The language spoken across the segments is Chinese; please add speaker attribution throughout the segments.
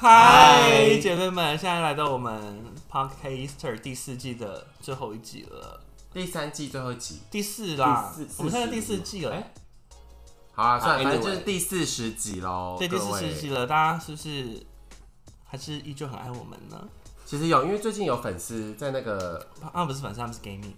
Speaker 1: 嗨，姐妹们，现在来到我们 Podcaster 第四季的最后一集了，
Speaker 2: 第三季最后一集，
Speaker 1: 第四啦，
Speaker 3: 第四
Speaker 1: 我们现在第
Speaker 3: 四十
Speaker 1: 四季了，哎、
Speaker 2: 好啊，算了，
Speaker 3: 啊
Speaker 2: 反正就是
Speaker 3: anyway
Speaker 2: 第四十集喽。
Speaker 1: 对，第
Speaker 2: 哦各
Speaker 1: 四
Speaker 2: 位
Speaker 1: 十集了，大家是不是还是依旧很爱我们呢？
Speaker 2: 其实有，因为最近有粉丝在那个，
Speaker 1: 啊，不是粉丝，他们是 gay 蜜，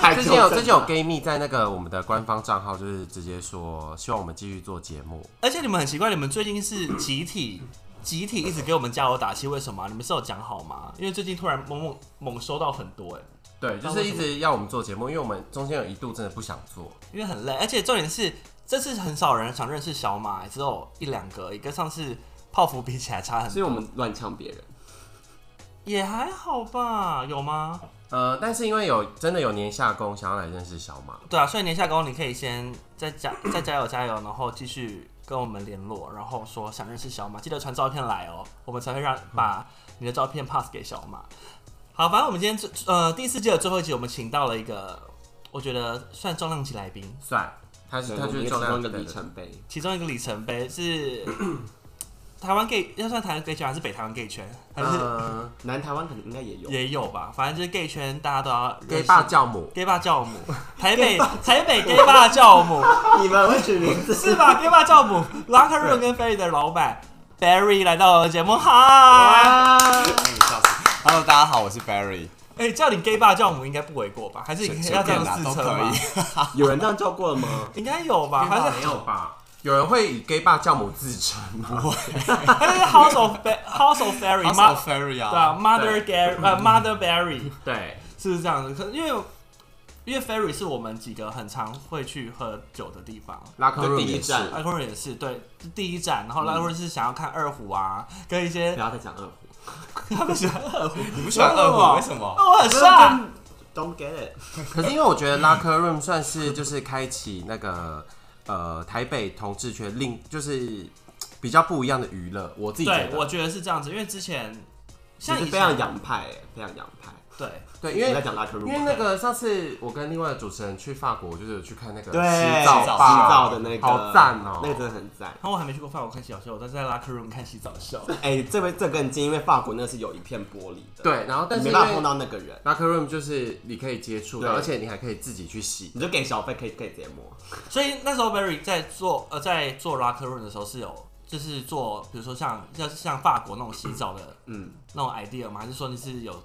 Speaker 3: 还
Speaker 2: 最近有最近有 gay 蜜在那个我们的官方账号，就是直接说希望我们继续做节目。
Speaker 1: 而且你们很奇怪，你们最近是集体。集体一直给我们加油打气，为什么啊、你们是有讲好吗？因为最近突然猛猛猛收到很多哎、
Speaker 2: 对，就是一直要我们做节目，因为我们中间有一度真的不想做。
Speaker 1: 因为很累，而且重点是这次很少人想认识小马，只有一两个，一个上次泡芙比起来差很
Speaker 3: 所
Speaker 1: 多，
Speaker 3: 以我们乱呛别人，
Speaker 1: 也还好吧？有吗？
Speaker 2: 呃，但是因为有真的有年下工想要来认识小马，
Speaker 1: 对啊，所以年下工你可以先再加 再加油加油，然后继续跟我们联络，然后说想认识小马，记得传照片来哦，我们才会让把你的照片 pass 给小马。好，反正我们今天最呃第四季的最后一集，我们请到了一个我觉得算重量级来宾，
Speaker 2: 算，他是
Speaker 3: 对
Speaker 2: 他
Speaker 3: 我
Speaker 2: 就
Speaker 3: 们
Speaker 2: 是
Speaker 3: 也
Speaker 2: 重
Speaker 3: 只是
Speaker 2: 量
Speaker 3: 一个
Speaker 2: 级的
Speaker 3: 里程碑。
Speaker 1: 其中一个里程碑是台湾 gay，要算台湾 gay 圈还是北台湾 gay 圈，还是
Speaker 2: 嗯
Speaker 3: 南台湾可能应该也 有，
Speaker 1: 也有吧，反正就是 gay 圈大家都要
Speaker 2: ，gay
Speaker 1: 认识
Speaker 2: 爸教母，
Speaker 1: gay 爸教 母，台北台北 gay 爸教母
Speaker 3: 你们会取名字？
Speaker 1: 是吧？gay 爸教母 Locker Room 跟 Ferry 的老板 Barry 来到我的节目，嗨！
Speaker 4: 笑死！Hello，大家好，我是 Barry，
Speaker 1: 哎、叫你 gay 爸教母应该不为过吧？还是
Speaker 4: 随
Speaker 1: 你
Speaker 4: 随
Speaker 1: 要这
Speaker 4: 便
Speaker 1: 样
Speaker 4: 啦，
Speaker 1: 自
Speaker 4: 都
Speaker 1: 称
Speaker 4: 可
Speaker 1: 吧
Speaker 4: 以？。
Speaker 3: 有人这样叫过了吗？
Speaker 1: 应该有吧？还
Speaker 2: 没
Speaker 1: 是
Speaker 2: 有吧？有人会以 gay 爸教母自称吗？
Speaker 1: 还是 House of Ba- House of Ferry
Speaker 4: 他
Speaker 1: Ma-
Speaker 4: 是 Ferry
Speaker 1: 对啊
Speaker 4: 啊，
Speaker 1: Mother Gary 呃 Mother Barry
Speaker 2: 对，
Speaker 1: 是不是这样子？可因为因为 Ferry 是我们几个很常会去喝酒的地方，
Speaker 2: 拉克
Speaker 3: 就
Speaker 2: 路
Speaker 3: 第一站，
Speaker 1: 拉克瑞也是对第一站，然后拉克瑞是想要看二胡啊，跟一些
Speaker 3: 不要再讲二胡。
Speaker 1: 他们喜欢二胡，
Speaker 4: 你不喜欢二胡，为什么？
Speaker 1: 哦，我很帅。
Speaker 3: Don't get it。
Speaker 2: 可是因为我觉得拉科 room 算是就是开启那个呃台北同志圈另就是比较不一样的娱乐，我自己觉
Speaker 1: 对，
Speaker 2: 得
Speaker 1: 我觉得是这样子，因为之前
Speaker 3: 其
Speaker 1: 像
Speaker 3: 实
Speaker 1: 以
Speaker 3: 非常
Speaker 1: 前
Speaker 3: 洋派，哎非常洋派。
Speaker 1: 对
Speaker 2: 对，
Speaker 3: 你
Speaker 2: 因
Speaker 3: 在
Speaker 2: 为
Speaker 3: 讲拉克鲁
Speaker 2: 因
Speaker 3: 吗，
Speaker 2: 为那个上次我跟另外的主持人去法国，就是有去看那个
Speaker 3: 对
Speaker 2: 洗
Speaker 3: 洗
Speaker 2: 澡吧
Speaker 3: 澡的那个，
Speaker 2: 好赞哦
Speaker 3: 那个真的很赞。
Speaker 1: 然后我还没去过法国看洗澡秀，我都是在拉克 room 看洗澡秀。
Speaker 3: 哎，这边这更近，因为法国那是有一片玻璃的，，
Speaker 2: 对，然后但
Speaker 3: 你
Speaker 2: 是
Speaker 3: 没
Speaker 2: 因
Speaker 3: 办法碰
Speaker 2: 为
Speaker 3: 到那个人，
Speaker 2: 拉科 room 就是你可以接触到，
Speaker 3: 对
Speaker 2: 而且你还可以自己去洗。
Speaker 3: 你就给小费，可以可以直接摸。
Speaker 1: 所以那时候 Barry 在做呃在做拉克 room 的时候是有就是做比如说像要是像法国那种洗澡的
Speaker 3: 嗯，
Speaker 1: 那种 idea 吗？还是说你是有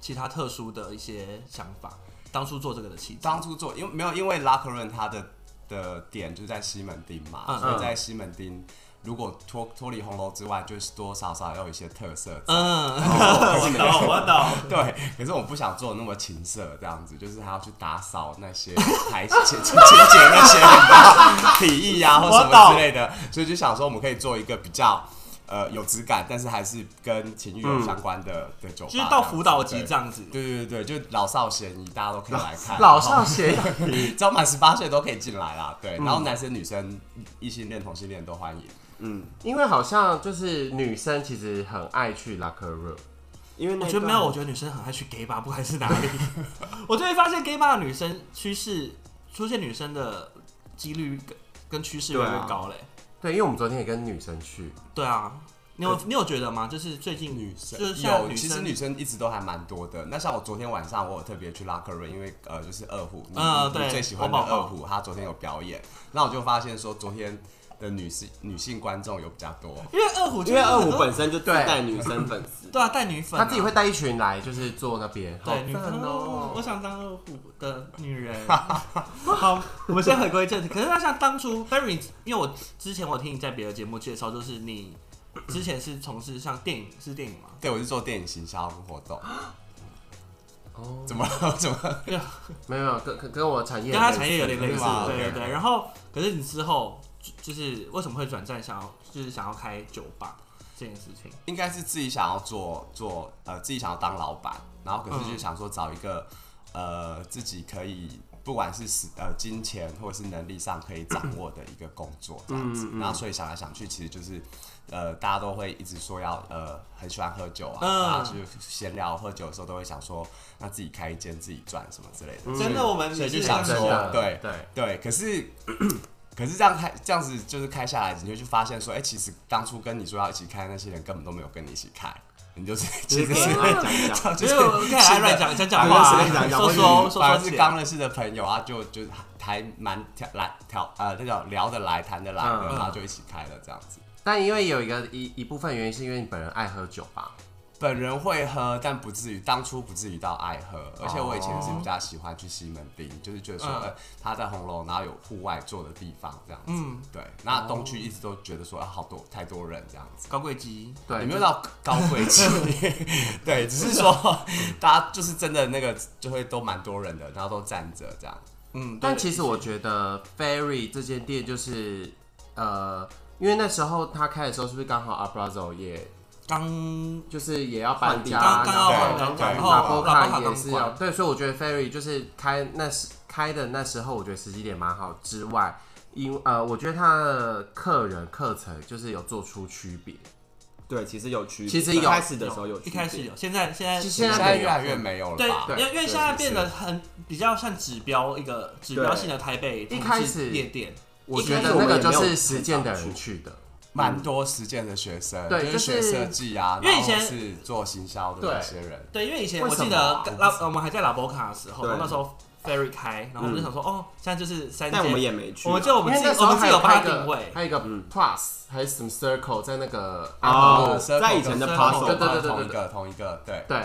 Speaker 1: 其他特殊的一些想法？当初做这个的契机，
Speaker 4: 当初做，因为没有，因为拉克润他的的点就在西门町嘛，
Speaker 1: 嗯
Speaker 4: 所以在西门町，如果脱脱离红楼之外，就是多少少要有一些特色。
Speaker 1: 嗯，我懂我懂。
Speaker 4: 对，可是我不想做那么情色这样子，就是还要去打扫那些台前前前节那些你知道体艺呀、啊或
Speaker 1: 我
Speaker 4: 什么
Speaker 1: 懂
Speaker 4: 之类的，所以就想说我们可以做一个比较呃有质感，但是还是跟情欲有相关的、的酒
Speaker 1: 就
Speaker 4: 吧这样子，
Speaker 1: 是嗯到辅导级这样子。
Speaker 4: 对。对对对，就老少咸宜，大家都可以来看。
Speaker 2: 老少咸 宜，
Speaker 4: 宜，只要满十八岁都可以进来啦。对，
Speaker 1: 嗯
Speaker 4: 然后男生女生、异性恋、同性恋都欢迎。
Speaker 2: 因为好像就是女生其实很爱去拉科 room，
Speaker 3: 因为
Speaker 1: 我
Speaker 3: 那
Speaker 1: 觉得
Speaker 3: 段
Speaker 1: 没有，我觉得女生很爱去 gay 吧，不管是哪里， 我就会发现 gay 吧的女生趋势出现女生的几率跟跟趋势越来越高嘞。
Speaker 2: 对，因为我们昨天也跟女生去，
Speaker 1: 对啊，你有你有觉得吗？就是最近
Speaker 4: 女
Speaker 1: 就是
Speaker 4: 生
Speaker 1: 像
Speaker 4: 有，
Speaker 1: 女
Speaker 4: 其实
Speaker 1: 生
Speaker 4: 女生一直都还蛮多的。那像我昨天晚上，我有特别去拉克瑞，因为呃，就是二胡，你,、
Speaker 1: 嗯
Speaker 4: 你
Speaker 1: 对
Speaker 4: 最喜欢的
Speaker 1: 王宝
Speaker 4: 二
Speaker 1: 宝
Speaker 4: 胡，他昨天有表演，那我就发现说，昨天的女性女性观众有比较多。
Speaker 1: 因为二胡就是
Speaker 3: 因为二
Speaker 1: 很
Speaker 3: 胡
Speaker 1: 多
Speaker 3: 本身就自带女生粉丝，
Speaker 1: 对啊带女粉、啊，
Speaker 2: 她自己会带一群来，就是坐那边，好
Speaker 1: 对女
Speaker 2: 赞
Speaker 1: 粉
Speaker 2: 哦
Speaker 1: 我。想当二胡的女人。好，我们先回归正题。可是那像当初 Barry，因为我之前我听你在别的节目介绍，就是你之前是从事像电影是电影吗？
Speaker 4: 对，我是做电影行销活动。哦，怎么了？ 怎么了？
Speaker 2: 没有没有，跟跟跟我产业
Speaker 1: 跟他产业有点类似
Speaker 4: 类，似
Speaker 1: 对对
Speaker 4: OK，OK
Speaker 1: 对。然后，可是你之后就就是为什么会转战想要就是想要开酒吧这件事情？
Speaker 4: 应该是自己想要做做呃自己想要当老板，然后可是
Speaker 1: 嗯
Speaker 4: 就想说找一个、呃自己可以不管是时呃金钱或者是能力上可以掌握的一个工作这样子，
Speaker 1: 嗯
Speaker 4: 然后所以想来想去，其实就是呃大家都会一直说要呃很喜欢喝酒啊，
Speaker 1: 嗯
Speaker 4: 然后就是闲聊喝酒的时候都会想说，那自己开一间自己赚什么之类的，
Speaker 1: 真的，我们
Speaker 4: 所以
Speaker 1: 也
Speaker 4: 就是想
Speaker 1: 这
Speaker 4: 说
Speaker 1: 样
Speaker 2: 真的
Speaker 4: 对
Speaker 2: 对
Speaker 4: 对，可是 可是这样开这样子就是开下来，你就去发现说，哎、其实当初跟你说要一起开的那些人根本都没有跟你一起开，你就是其实是嗯
Speaker 3: 讲一讲，
Speaker 1: 没 有，我看来乱讲讲讲话
Speaker 3: 对随便
Speaker 1: 啊，
Speaker 3: 讲讲
Speaker 1: 说
Speaker 3: 或许
Speaker 1: 说说说
Speaker 4: 反而是
Speaker 1: 姐
Speaker 4: 刚认识的朋友啊，就就还蛮调来调呃那种聊得来谈得来的，
Speaker 2: 嗯
Speaker 4: 然后就一起开了这样子。
Speaker 2: 但因为有一个一一部分原因是因为你本人爱喝酒吧，
Speaker 4: 本人会喝，但不至于当初不至于到爱喝，而且我以前是比较喜欢去西门町，就是觉得说，
Speaker 1: 哦嗯
Speaker 4: 呃，他在红楼，然后有户外坐的地方这样子。
Speaker 1: 嗯
Speaker 4: 对，那东区一直都觉得说，啊，好多太多人这样子。
Speaker 1: 高贵鸡，
Speaker 2: 对，
Speaker 4: 也没有到高贵 气，对，只是说大家就是真的那个就会都蛮多人的，然后都站着这样。
Speaker 1: 嗯，
Speaker 2: 但
Speaker 1: 对
Speaker 2: 其实我觉得 Ferry 这间店就是呃，因为那时候他开的时候是不是刚好 Abrazo 也
Speaker 1: 刚
Speaker 2: 就是也要搬家，
Speaker 1: 刚刚要
Speaker 4: 换
Speaker 2: 然
Speaker 4: 地
Speaker 2: 后
Speaker 4: 方
Speaker 2: 然
Speaker 4: 然
Speaker 2: 后
Speaker 4: 后
Speaker 2: 拉波
Speaker 1: 拉波
Speaker 2: 卡
Speaker 1: 卡
Speaker 2: 也是
Speaker 1: 刚
Speaker 2: 要
Speaker 1: 关
Speaker 2: 对，所以我觉得 Ferry 就是开那时开的那时候，我觉得时机点蛮好之外，因呃，我觉得他的客人课程就是有做出区别，
Speaker 3: 对，其实有区别，
Speaker 2: 其实有
Speaker 3: 一开始的时候有区别，
Speaker 1: 一开始有，现在现在
Speaker 2: 其实
Speaker 4: 现
Speaker 2: 现在
Speaker 4: 在
Speaker 2: 没有
Speaker 4: 越来越没有了
Speaker 1: 对
Speaker 4: 吧？，
Speaker 1: 因为因为现在变得很比较像指标一个指标性的台北
Speaker 2: 对
Speaker 1: 同志
Speaker 2: 一开始
Speaker 1: 夜店，
Speaker 2: 我
Speaker 1: 一
Speaker 2: 觉
Speaker 1: 开
Speaker 2: 得
Speaker 1: 始
Speaker 2: 那
Speaker 3: 我们
Speaker 2: 个
Speaker 3: 也
Speaker 2: 就
Speaker 3: 没有
Speaker 2: 是
Speaker 3: 很
Speaker 2: 实践的
Speaker 3: 早
Speaker 2: 人
Speaker 3: 出
Speaker 2: 去的，
Speaker 4: 蛮多实践的学生，
Speaker 2: 对就
Speaker 4: 就是学
Speaker 2: 是
Speaker 4: 设计啊，
Speaker 1: 因为以
Speaker 4: 然后
Speaker 1: 前
Speaker 4: 是做行销的那些人，
Speaker 1: 对，因为以前
Speaker 2: 为
Speaker 1: 我
Speaker 2: 什
Speaker 1: 记
Speaker 2: 么
Speaker 1: 得
Speaker 2: 啊
Speaker 1: 拉我们还在拉博卡的时候，
Speaker 3: 对
Speaker 1: 然后那时候 ferry 开，然后我们就想说哦，现在就是三间，
Speaker 3: 但我们也没去啊，
Speaker 1: 我们就我
Speaker 2: 因
Speaker 1: 们
Speaker 2: 为
Speaker 1: 自
Speaker 2: 那
Speaker 1: 己
Speaker 2: 时
Speaker 1: 我
Speaker 2: 候
Speaker 1: 们自
Speaker 2: 还
Speaker 1: 己有
Speaker 2: 有
Speaker 1: 帮
Speaker 2: 拍
Speaker 1: 他
Speaker 2: 一个
Speaker 1: 定位，
Speaker 2: 还有一个 Plus 还是什么 Circle 在那个
Speaker 3: 哦
Speaker 2: Apple
Speaker 3: 在以前的
Speaker 1: Circle，
Speaker 2: Circle，
Speaker 4: 对
Speaker 2: 对对对对
Speaker 4: 同一个啊同一个，对，
Speaker 2: 对。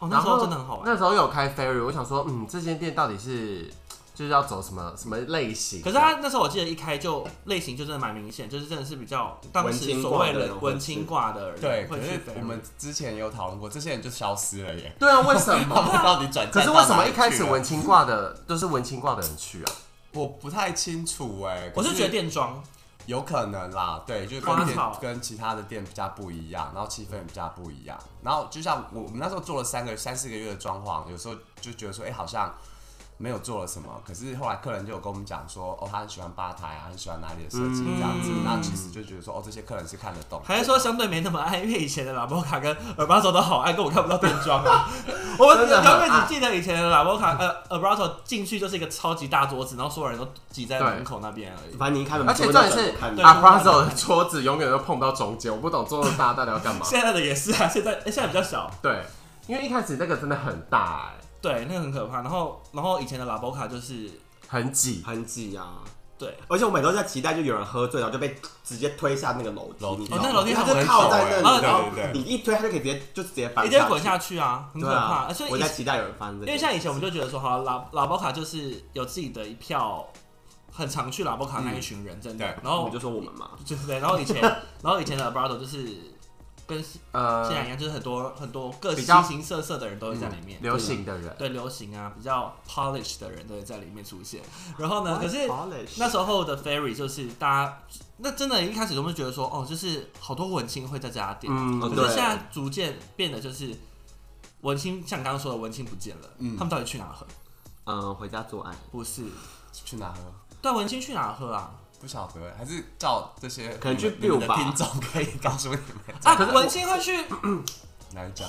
Speaker 1: 哦，那
Speaker 2: 然
Speaker 1: 时
Speaker 2: 后
Speaker 1: 候真的很好玩。
Speaker 2: 那时候有开 Ferry，我想说，嗯，这间店到底是就是要走什么什么类型？
Speaker 1: 可是他那时候我记得一开就类型就真的蛮明显，就是真的是比较当
Speaker 3: 文
Speaker 1: 时
Speaker 3: 青
Speaker 1: 所谓
Speaker 3: 挂的人
Speaker 1: 的
Speaker 3: 会
Speaker 1: 文
Speaker 3: 去
Speaker 1: 青挂的人
Speaker 4: 对，
Speaker 1: 会
Speaker 4: 可
Speaker 1: 去啊
Speaker 4: 是
Speaker 1: ferry
Speaker 4: 我们之前也有讨论过，这些人就消失了 耶，
Speaker 2: 对啊，为什
Speaker 4: 他
Speaker 2: 么？
Speaker 4: 们到底转？
Speaker 2: 可是为什么一开始
Speaker 1: 啊
Speaker 2: 文？青挂的都、是文青挂的人去啊？
Speaker 4: 我不太清楚哎，
Speaker 1: 我
Speaker 4: 可
Speaker 1: 是觉得店装，
Speaker 4: 有可能啦，对，就是
Speaker 1: 花
Speaker 4: 跟店
Speaker 1: 草
Speaker 4: 跟其他的店比较不一样，然后气氛比较不一样，然后就像我我们那时候做了三个三四个月的装潢，有时候就觉得说，哎、好像没有做了什么，可是后来客人就有跟我们讲说，哦，他很喜欢吧台啊，很喜欢哪里的设计这样子，那其实就觉得说，哦，这些客人是看得懂的，
Speaker 1: 嗯还是说相对没那么爱，因为以前的拉波卡跟耳巴手都好爱，跟我看不到变装啊。我们
Speaker 2: 真的很
Speaker 1: 永远
Speaker 2: 爱
Speaker 1: 只记得以前的拉波卡，呃，耳巴手进去就是一个超级大桌子，然后所有人都挤在门口那边而已。
Speaker 3: 反正你一开门，
Speaker 2: 而且重点
Speaker 3: 我
Speaker 2: 是
Speaker 3: 就看到
Speaker 1: 对。
Speaker 2: a p r a z o 的桌子永远都碰不到中间，我不懂桌子大到底要干嘛
Speaker 1: 现在的也是啊，现 在、诶现在比较小，
Speaker 2: 对，因为一开始那个真的很大哎、
Speaker 1: 对，那个很可怕。然后，然后以前的拉波卡就是
Speaker 2: 很挤。
Speaker 3: 很挤啊。
Speaker 1: 对，
Speaker 3: 而且我每周在期待，就有人喝醉，然后就被直接推下那个楼梯，
Speaker 4: 楼
Speaker 3: 你
Speaker 4: 梯
Speaker 3: 知
Speaker 1: 哦
Speaker 3: 道吗
Speaker 1: 那楼梯
Speaker 3: 他
Speaker 1: 很
Speaker 3: 就
Speaker 1: 危险
Speaker 3: 靠在那
Speaker 1: 哦
Speaker 3: 里，然后
Speaker 4: 对对对
Speaker 3: 你一推，他就可以直接就直接翻，
Speaker 1: 一定会滚下去啊，很
Speaker 3: 对
Speaker 1: 可怕。
Speaker 3: 啊
Speaker 1: 所，以
Speaker 3: 我
Speaker 1: 以
Speaker 3: 在期待有人翻这个，
Speaker 1: 因为像以前我们就觉得说，好啊拉拉波卡就是有自己的一票，很常去拉波卡那一群人，真的
Speaker 4: 对。
Speaker 1: 然后
Speaker 3: 我就说我们嘛，
Speaker 1: 就是对，然后以前，然后以前的 Abrado 就是跟现
Speaker 2: 呃，
Speaker 1: 在一样，就是很多很多各
Speaker 2: 比
Speaker 1: 形
Speaker 2: 较
Speaker 1: 形色色的人都会在里面，
Speaker 2: 流行的人，
Speaker 1: 对流行啊，比较 polish 的人都会在里面出现。然后嗯呢，可是
Speaker 3: Polish
Speaker 1: 那时候的 Ferry 就是大家，那真的一开始我们觉得说，哦，就是好多文青会在这家店，
Speaker 2: 嗯
Speaker 3: 哦
Speaker 1: 可
Speaker 3: 对
Speaker 1: 是现在逐渐变得就是文青，像刚刚说的文青不见了，
Speaker 4: 嗯
Speaker 1: 他们到底去哪喝？
Speaker 3: 嗯，回家做爱，
Speaker 1: 不是，
Speaker 4: 去哪喝？
Speaker 1: 对文青去哪喝啊？
Speaker 4: 不晓得，还是照这些
Speaker 3: 可能去
Speaker 4: 你们
Speaker 3: view
Speaker 4: 的
Speaker 3: 吧
Speaker 4: 听众可以告诉你们
Speaker 1: 啊，文青会去
Speaker 4: 哪一家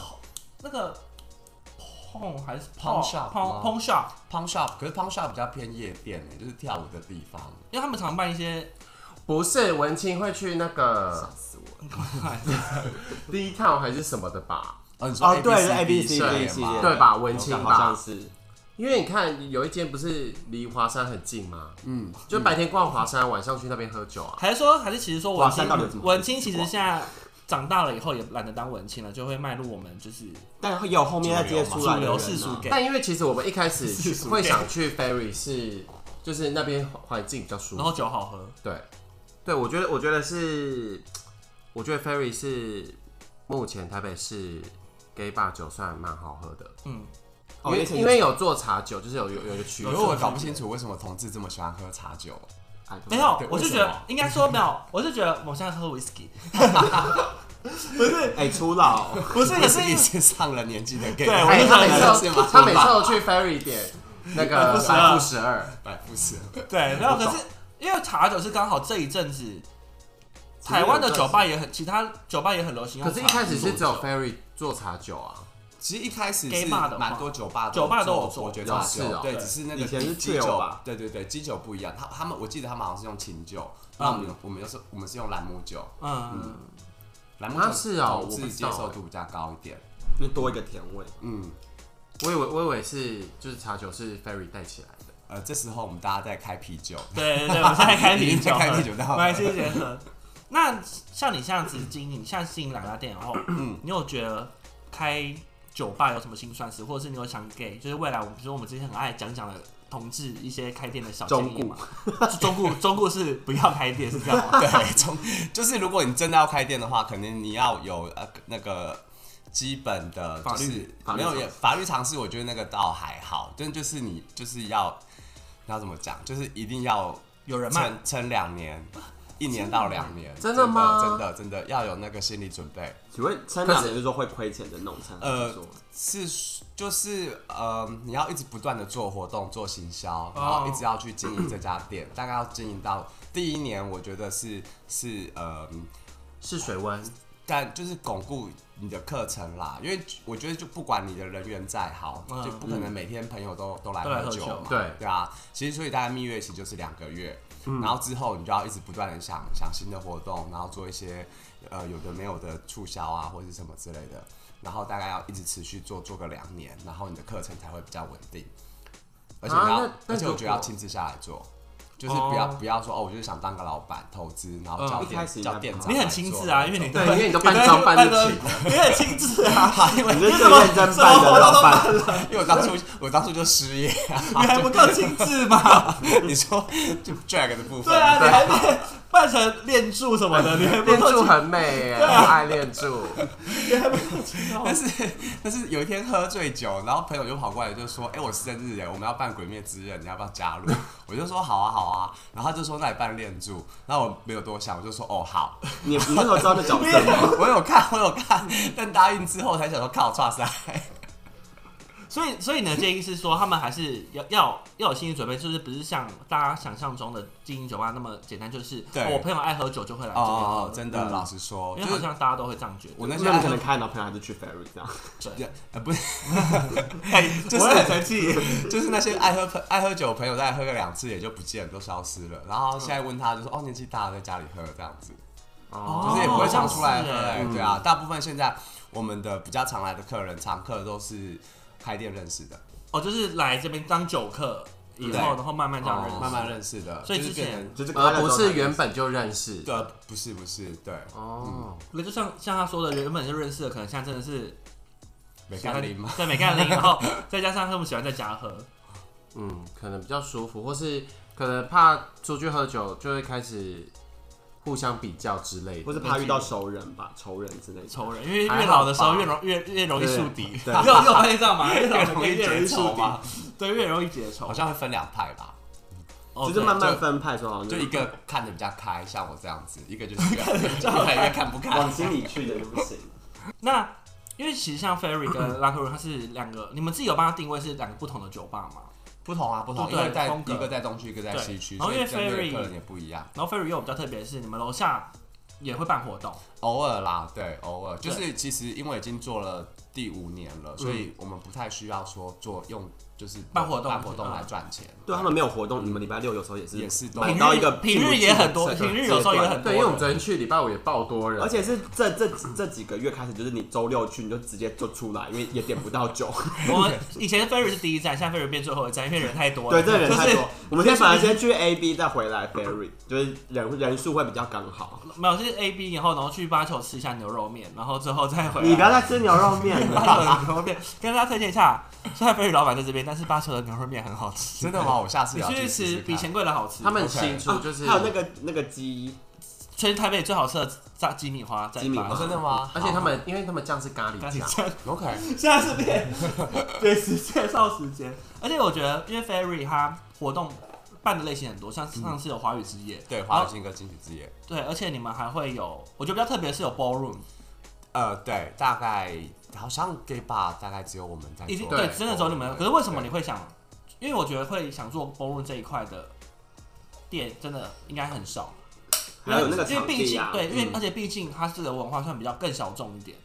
Speaker 1: 那个 pong 还是
Speaker 4: Pawn
Speaker 1: pong
Speaker 4: shop
Speaker 1: pong
Speaker 4: 吗
Speaker 1: pong shop，
Speaker 4: ，Pong Shop，可是 Pong Shop 比较偏夜店欸就是跳舞的地方。
Speaker 1: 因为他们常办一些
Speaker 2: 不是文青会去那个
Speaker 3: 吓死我了，
Speaker 2: D Town 还是什么的吧？
Speaker 4: 哦，你说
Speaker 3: 哦对
Speaker 4: ABCD
Speaker 3: ABCD
Speaker 4: 系列
Speaker 3: 系
Speaker 4: 嘛
Speaker 1: 啊
Speaker 3: 列
Speaker 2: 对吧？文青
Speaker 3: 好
Speaker 2: 吧
Speaker 3: 像，是，
Speaker 2: 因为你看有一间不是离华山很近吗？嗯，就白天逛华山，晚上去那边喝酒啊。
Speaker 1: 还是说，还是其实说文
Speaker 3: 哇三道有什
Speaker 1: 青，
Speaker 3: 么
Speaker 1: 文青其实现在长大了以后也懒得当文青了，就会迈入我们就是
Speaker 3: 但也有后面再接出来
Speaker 1: 主
Speaker 3: 的
Speaker 1: 流
Speaker 3: 人
Speaker 1: 世俗
Speaker 3: 啊，
Speaker 1: gay，
Speaker 2: 但因为其实我们一开始
Speaker 1: 是
Speaker 2: 去
Speaker 1: 属于
Speaker 2: 会想去 Ferry 是，就是那边环境比较舒
Speaker 1: 然后
Speaker 2: 服。
Speaker 1: 酒好喝，
Speaker 2: 对，对我觉得，我觉得是，我觉得 Ferry 是目前台北市 gay bar 酒算蛮好喝的，
Speaker 1: 嗯，
Speaker 2: 因
Speaker 3: 哦
Speaker 2: 为
Speaker 3: 也是
Speaker 2: 因为有做茶酒，就是有有有一个区
Speaker 4: 可
Speaker 2: 域
Speaker 4: 是。我搞不清楚为什么同志这么喜欢喝茶酒。啊
Speaker 3: 哎
Speaker 1: 没有
Speaker 4: 对，
Speaker 1: 我就
Speaker 4: 为
Speaker 1: 觉
Speaker 4: 什
Speaker 1: 得
Speaker 4: 么
Speaker 1: 应该说没有，我就觉得我现在喝 whisky，
Speaker 3: 哎初老，
Speaker 1: 不是也是
Speaker 4: 一是上了年纪的 gay，
Speaker 1: 对我
Speaker 2: 哎，
Speaker 1: 就
Speaker 2: 他
Speaker 1: 想
Speaker 2: 每
Speaker 1: 说
Speaker 2: 次
Speaker 4: 是
Speaker 2: 都
Speaker 4: 吗？
Speaker 2: 他每次都去 Ferry 点那个
Speaker 1: 百
Speaker 2: 百
Speaker 1: 分
Speaker 2: 分之十二，
Speaker 4: 百不是，
Speaker 1: 对，没有，
Speaker 2: 我
Speaker 1: 可
Speaker 2: 懂
Speaker 1: 是因为茶酒是刚好这一阵子。台湾的酒吧也很，其他酒吧也很流行用
Speaker 2: 可
Speaker 1: 茶。
Speaker 2: 是一开始是只有 Ferry 做茶酒啊，
Speaker 4: 其实一开始
Speaker 1: gay
Speaker 4: 是
Speaker 1: bar 的话
Speaker 4: 蛮多酒吧
Speaker 1: 酒吧都有
Speaker 4: 有
Speaker 1: 做
Speaker 4: 伯爵
Speaker 2: 有
Speaker 4: 炸
Speaker 2: 是
Speaker 4: 酒，
Speaker 2: 哦
Speaker 4: 对，
Speaker 3: 对
Speaker 4: 只是那个
Speaker 3: 以前是
Speaker 4: 基
Speaker 3: 自由
Speaker 4: 酒
Speaker 3: 吧，
Speaker 4: 对对对，基酒不一样。他他们我记得他们好像是用清酒，
Speaker 3: 嗯
Speaker 4: 那我们我们又是我们是用兰姆酒，
Speaker 1: 嗯，
Speaker 4: 兰姆
Speaker 2: 啊
Speaker 4: 酒
Speaker 2: 是哦
Speaker 4: 总
Speaker 2: 我不
Speaker 4: 是
Speaker 2: 知
Speaker 4: 接
Speaker 2: 道
Speaker 4: 受
Speaker 2: 欸
Speaker 4: 度比较高一点。
Speaker 3: 就多一个甜味。
Speaker 4: 嗯，
Speaker 2: 我以为我以为是就是茶酒是 Ferry 带起来的，
Speaker 4: 呃，这时候我们大家在开啤 酒，
Speaker 1: 对对对，我们现在开啤酒了，
Speaker 4: 开啤酒到了
Speaker 1: 来谢谢喝。那像你这样子经营，像经营两家店，然后你有觉得开酒吧有什么辛酸史，或者是你有想给就是未来我们，比如说我们之前很爱讲讲的同志一些开店的小建议吗？中顾中顾是不要开店是这样吗？
Speaker 4: 对，从就是如果你真的要开店的话，可能你要有呃那个基本的，
Speaker 2: 法
Speaker 4: 就
Speaker 2: 律
Speaker 4: 是
Speaker 2: 法律
Speaker 4: 没有
Speaker 2: 常
Speaker 4: 也法律常识，我觉得那个倒还好，但就是你就是要要怎么讲，就是一定要
Speaker 1: 有人脉
Speaker 4: 撑撑两年。一年到两年，
Speaker 2: 真的吗
Speaker 4: 真的真的要有那个心理准备。
Speaker 3: 请问三两年是说会亏钱的那种餐，还
Speaker 4: 呃
Speaker 3: 是说
Speaker 4: 是就是呃，你要一直不断的做活动、做行
Speaker 1: 哦
Speaker 4: 销，然后一直要去经营这家店，大概要经营到第一年，我觉得是是呃，
Speaker 2: 是水温，
Speaker 4: 但就是巩固你的课程啦，因为我觉得就不管你的人缘再好，
Speaker 1: 嗯
Speaker 4: 就不可能每天朋友都都来
Speaker 1: 都来
Speaker 4: 喝
Speaker 1: 喝
Speaker 4: 酒
Speaker 1: 酒
Speaker 4: 嘛，
Speaker 2: 对
Speaker 4: 对啊。其实所以大概蜜月期就是两个月，然后之后你就要一直不断的想想新的活动，然后做一些呃有的没有的促销啊或是什么之类的，然后大概要一直持续做做个两年，然后你的课程才会比较稳定，而且你要、
Speaker 2: 啊那那
Speaker 4: 而且我觉得
Speaker 2: 如
Speaker 4: 要
Speaker 2: 果
Speaker 4: 亲自下来做。就是不要、
Speaker 1: 哦
Speaker 4: 不要说哦，我就是想当个老板投资，然后叫
Speaker 3: 嗯一
Speaker 4: 店、
Speaker 3: 开始
Speaker 4: 叫
Speaker 3: 应该
Speaker 4: 店
Speaker 3: 不
Speaker 4: 长
Speaker 1: 你
Speaker 4: 来
Speaker 1: 很
Speaker 4: 做
Speaker 1: 亲自
Speaker 4: 那
Speaker 1: 啊，
Speaker 4: 种
Speaker 1: 因为你
Speaker 2: 对，因为你都搬
Speaker 1: 装
Speaker 2: 装搬得起，
Speaker 1: 你很精致啊，因为
Speaker 3: 你是最认真办的老板，
Speaker 4: 因为我当初我当初就失业，
Speaker 1: 你 还不够精致吗？
Speaker 4: 你说 就 drag 的部分，
Speaker 1: 对啊，你还练扮成练柱什么的，你还不
Speaker 2: 练
Speaker 1: 够
Speaker 2: 柱
Speaker 1: 精，
Speaker 2: 很美耶，我爱练柱，
Speaker 1: 你还不够精哦
Speaker 4: 但是 但是有一天喝醉酒，然后朋友就跑过来就说，哎、我生日哎，我们要办鬼灭之刃，你要不要加入？ 我就说好啊好啊，然后他就说那你办练柱，然后我没有多想，我就说哦好，
Speaker 3: 你你那时候知道那角色吗？
Speaker 4: 我有看我有看，但答应之后才想说靠，哇塞，
Speaker 1: 哦所以，所以你的建议是说，他们还是要要要有心理准备，就是不是像大家想象中的经营酒吧那么简单，就是、
Speaker 4: 对
Speaker 1: 哦我朋友爱喝酒就会来
Speaker 4: 哦
Speaker 1: 这边
Speaker 4: 哦
Speaker 1: 喝，
Speaker 4: 真的，老实说，
Speaker 1: 因
Speaker 4: 就
Speaker 1: 为好
Speaker 4: 是
Speaker 1: 像大家都会这样觉得。
Speaker 4: 我那些
Speaker 3: 那你可能看到朋友还是去 Ferry 这样，
Speaker 4: 呃 不是
Speaker 1: 我会很生气，
Speaker 4: 就是那些爱喝朋爱喝酒的朋友，大概喝个两次也就不见了，都消失了，然后现在问他就说哦年纪大了在家里喝这样子。
Speaker 1: 哦
Speaker 4: 就是也不会常出来
Speaker 1: 是
Speaker 4: 喝、
Speaker 1: 欸
Speaker 4: 哎，对啊，大部分现在我们的比较常来的客人，常客都是开店认识的，
Speaker 1: 哦，就是来这边当酒客以后，
Speaker 4: 对哦
Speaker 1: 然后慢慢这样认识，
Speaker 4: 慢慢认识的，
Speaker 1: 哦所以
Speaker 4: 就
Speaker 1: 之
Speaker 4: 是变
Speaker 1: 前
Speaker 4: 成
Speaker 3: 就是
Speaker 2: 而不是原本就认识，
Speaker 4: 对，不是不是，对，
Speaker 2: 哦，
Speaker 1: 那就像像他说的，原本就认识的，可能现在真的是
Speaker 4: 没干零嘛，
Speaker 1: 对美干零，然后再加上他们喜欢在家喝，
Speaker 2: 嗯，可能比较舒服，或是可能怕出去喝酒就会开始互相比较之类的，
Speaker 3: 或是怕遇到熟人吧、仇人之类的。
Speaker 1: 仇人，因为
Speaker 2: 还好
Speaker 1: 越老的时候
Speaker 2: 吧
Speaker 1: 越容越越容易树敌，
Speaker 3: 对
Speaker 1: 你有你有发现这样吗？ 越老
Speaker 4: 越
Speaker 1: 的
Speaker 4: 容易
Speaker 1: 越容易
Speaker 4: 结
Speaker 1: 树
Speaker 4: 仇
Speaker 1: 敌，
Speaker 4: 嘛，哦
Speaker 1: 对，越容易结仇
Speaker 4: 好，像会分两派吧，
Speaker 1: 哦
Speaker 3: 就是
Speaker 1: 对
Speaker 3: 慢慢分派说好哦像
Speaker 4: 就一个看的比较开，像我这样子，一个就是一 个一个一个看不开
Speaker 3: 往。心里去的就不行。
Speaker 1: 那因为其实像 Ferry 跟 Locker Room，它是两个，你们自己有帮它定位是两个不同的酒吧嘛？
Speaker 4: 不同啊，不同，
Speaker 1: 对
Speaker 4: 因为在
Speaker 1: 风格
Speaker 4: 一个在东区，一个在西区，
Speaker 1: 对然后
Speaker 4: 所
Speaker 1: 因为 Ferry-
Speaker 4: 以针对的客人也不一样。
Speaker 1: 然后 Ferry 又比较特别的是，你们楼下也会办活动，
Speaker 4: 偶尔啦，对，偶尔就是其实因为已经做了第五年了，所以我们不太需要说做用就是
Speaker 1: 嗯办活动
Speaker 4: 办活动来赚钱。
Speaker 3: 对他们没有活动，你们礼拜六有时候也是
Speaker 4: 也是都
Speaker 3: 买
Speaker 1: 平
Speaker 3: 到
Speaker 1: 日
Speaker 3: 一个
Speaker 1: 平日也很多，
Speaker 3: 进
Speaker 1: 平
Speaker 3: 不去
Speaker 1: 日
Speaker 3: 的
Speaker 1: 有时候也很多
Speaker 2: 对，因为我
Speaker 1: 人。
Speaker 2: 们昨天去礼拜五也爆多人，
Speaker 3: 而且是这这这几个月开始，就是你周六去你就直接就出来，因为也点不到酒。
Speaker 1: 我们以前 Ferry 是第一站，现在 Ferry 变最后一站，因为人太多了。
Speaker 3: 对，这人太
Speaker 1: 就是
Speaker 3: 多。我们先反而先去 A B，再回来 Ferry，就是人人数会比较刚好。
Speaker 1: 没有，就是 A B，然后然后去八球吃一下牛肉面，然后之后再回来。
Speaker 3: 你不要再吃牛肉面了。
Speaker 1: 八 球的牛肉面，跟大家推荐一下，虽然 Ferry 老板在这边，但是八球的牛肉面很好吃，
Speaker 4: 真的吗？我下次
Speaker 1: 你
Speaker 4: 要
Speaker 1: 去
Speaker 4: 试
Speaker 1: 吃
Speaker 4: 试
Speaker 1: 比
Speaker 4: 看
Speaker 1: 钱柜的好吃。
Speaker 2: 他们
Speaker 4: OK
Speaker 2: 新出就是
Speaker 3: 还有那个那个鸡，
Speaker 1: 全台北最好吃的炸鸡米花在
Speaker 3: 鸡米
Speaker 1: 八
Speaker 3: 花
Speaker 4: 哦真的吗？
Speaker 2: 而且他们，因为他们酱是咖喱
Speaker 1: 咖喱
Speaker 2: 酱，
Speaker 1: 酱。
Speaker 4: 好 OK，
Speaker 1: 现在是变对时介绍时间，而且我觉得，因为 Ferry 它活动办的类型很多，像上次有华语之夜，
Speaker 4: 对，
Speaker 1: 然
Speaker 4: 华
Speaker 1: 后
Speaker 4: 语新歌金曲之夜，
Speaker 1: 对，而且你们还会有，我觉得比较特别是有 ballroom，
Speaker 4: 呃，对，大概好像 gay bar 大概只有我们在做，
Speaker 1: 已经
Speaker 2: 对
Speaker 1: 对，真的只有你们。
Speaker 4: 对
Speaker 1: 可是为什么
Speaker 4: 对
Speaker 1: 你会想？因为我觉得会想做 ballroom 这一块的店，真的应该很少。
Speaker 3: 还有那个
Speaker 1: 因为
Speaker 3: 场
Speaker 1: 毕
Speaker 3: 地
Speaker 1: 竟
Speaker 3: 啊，
Speaker 1: 对，因为而且毕竟它这个文化算比较更小众一点。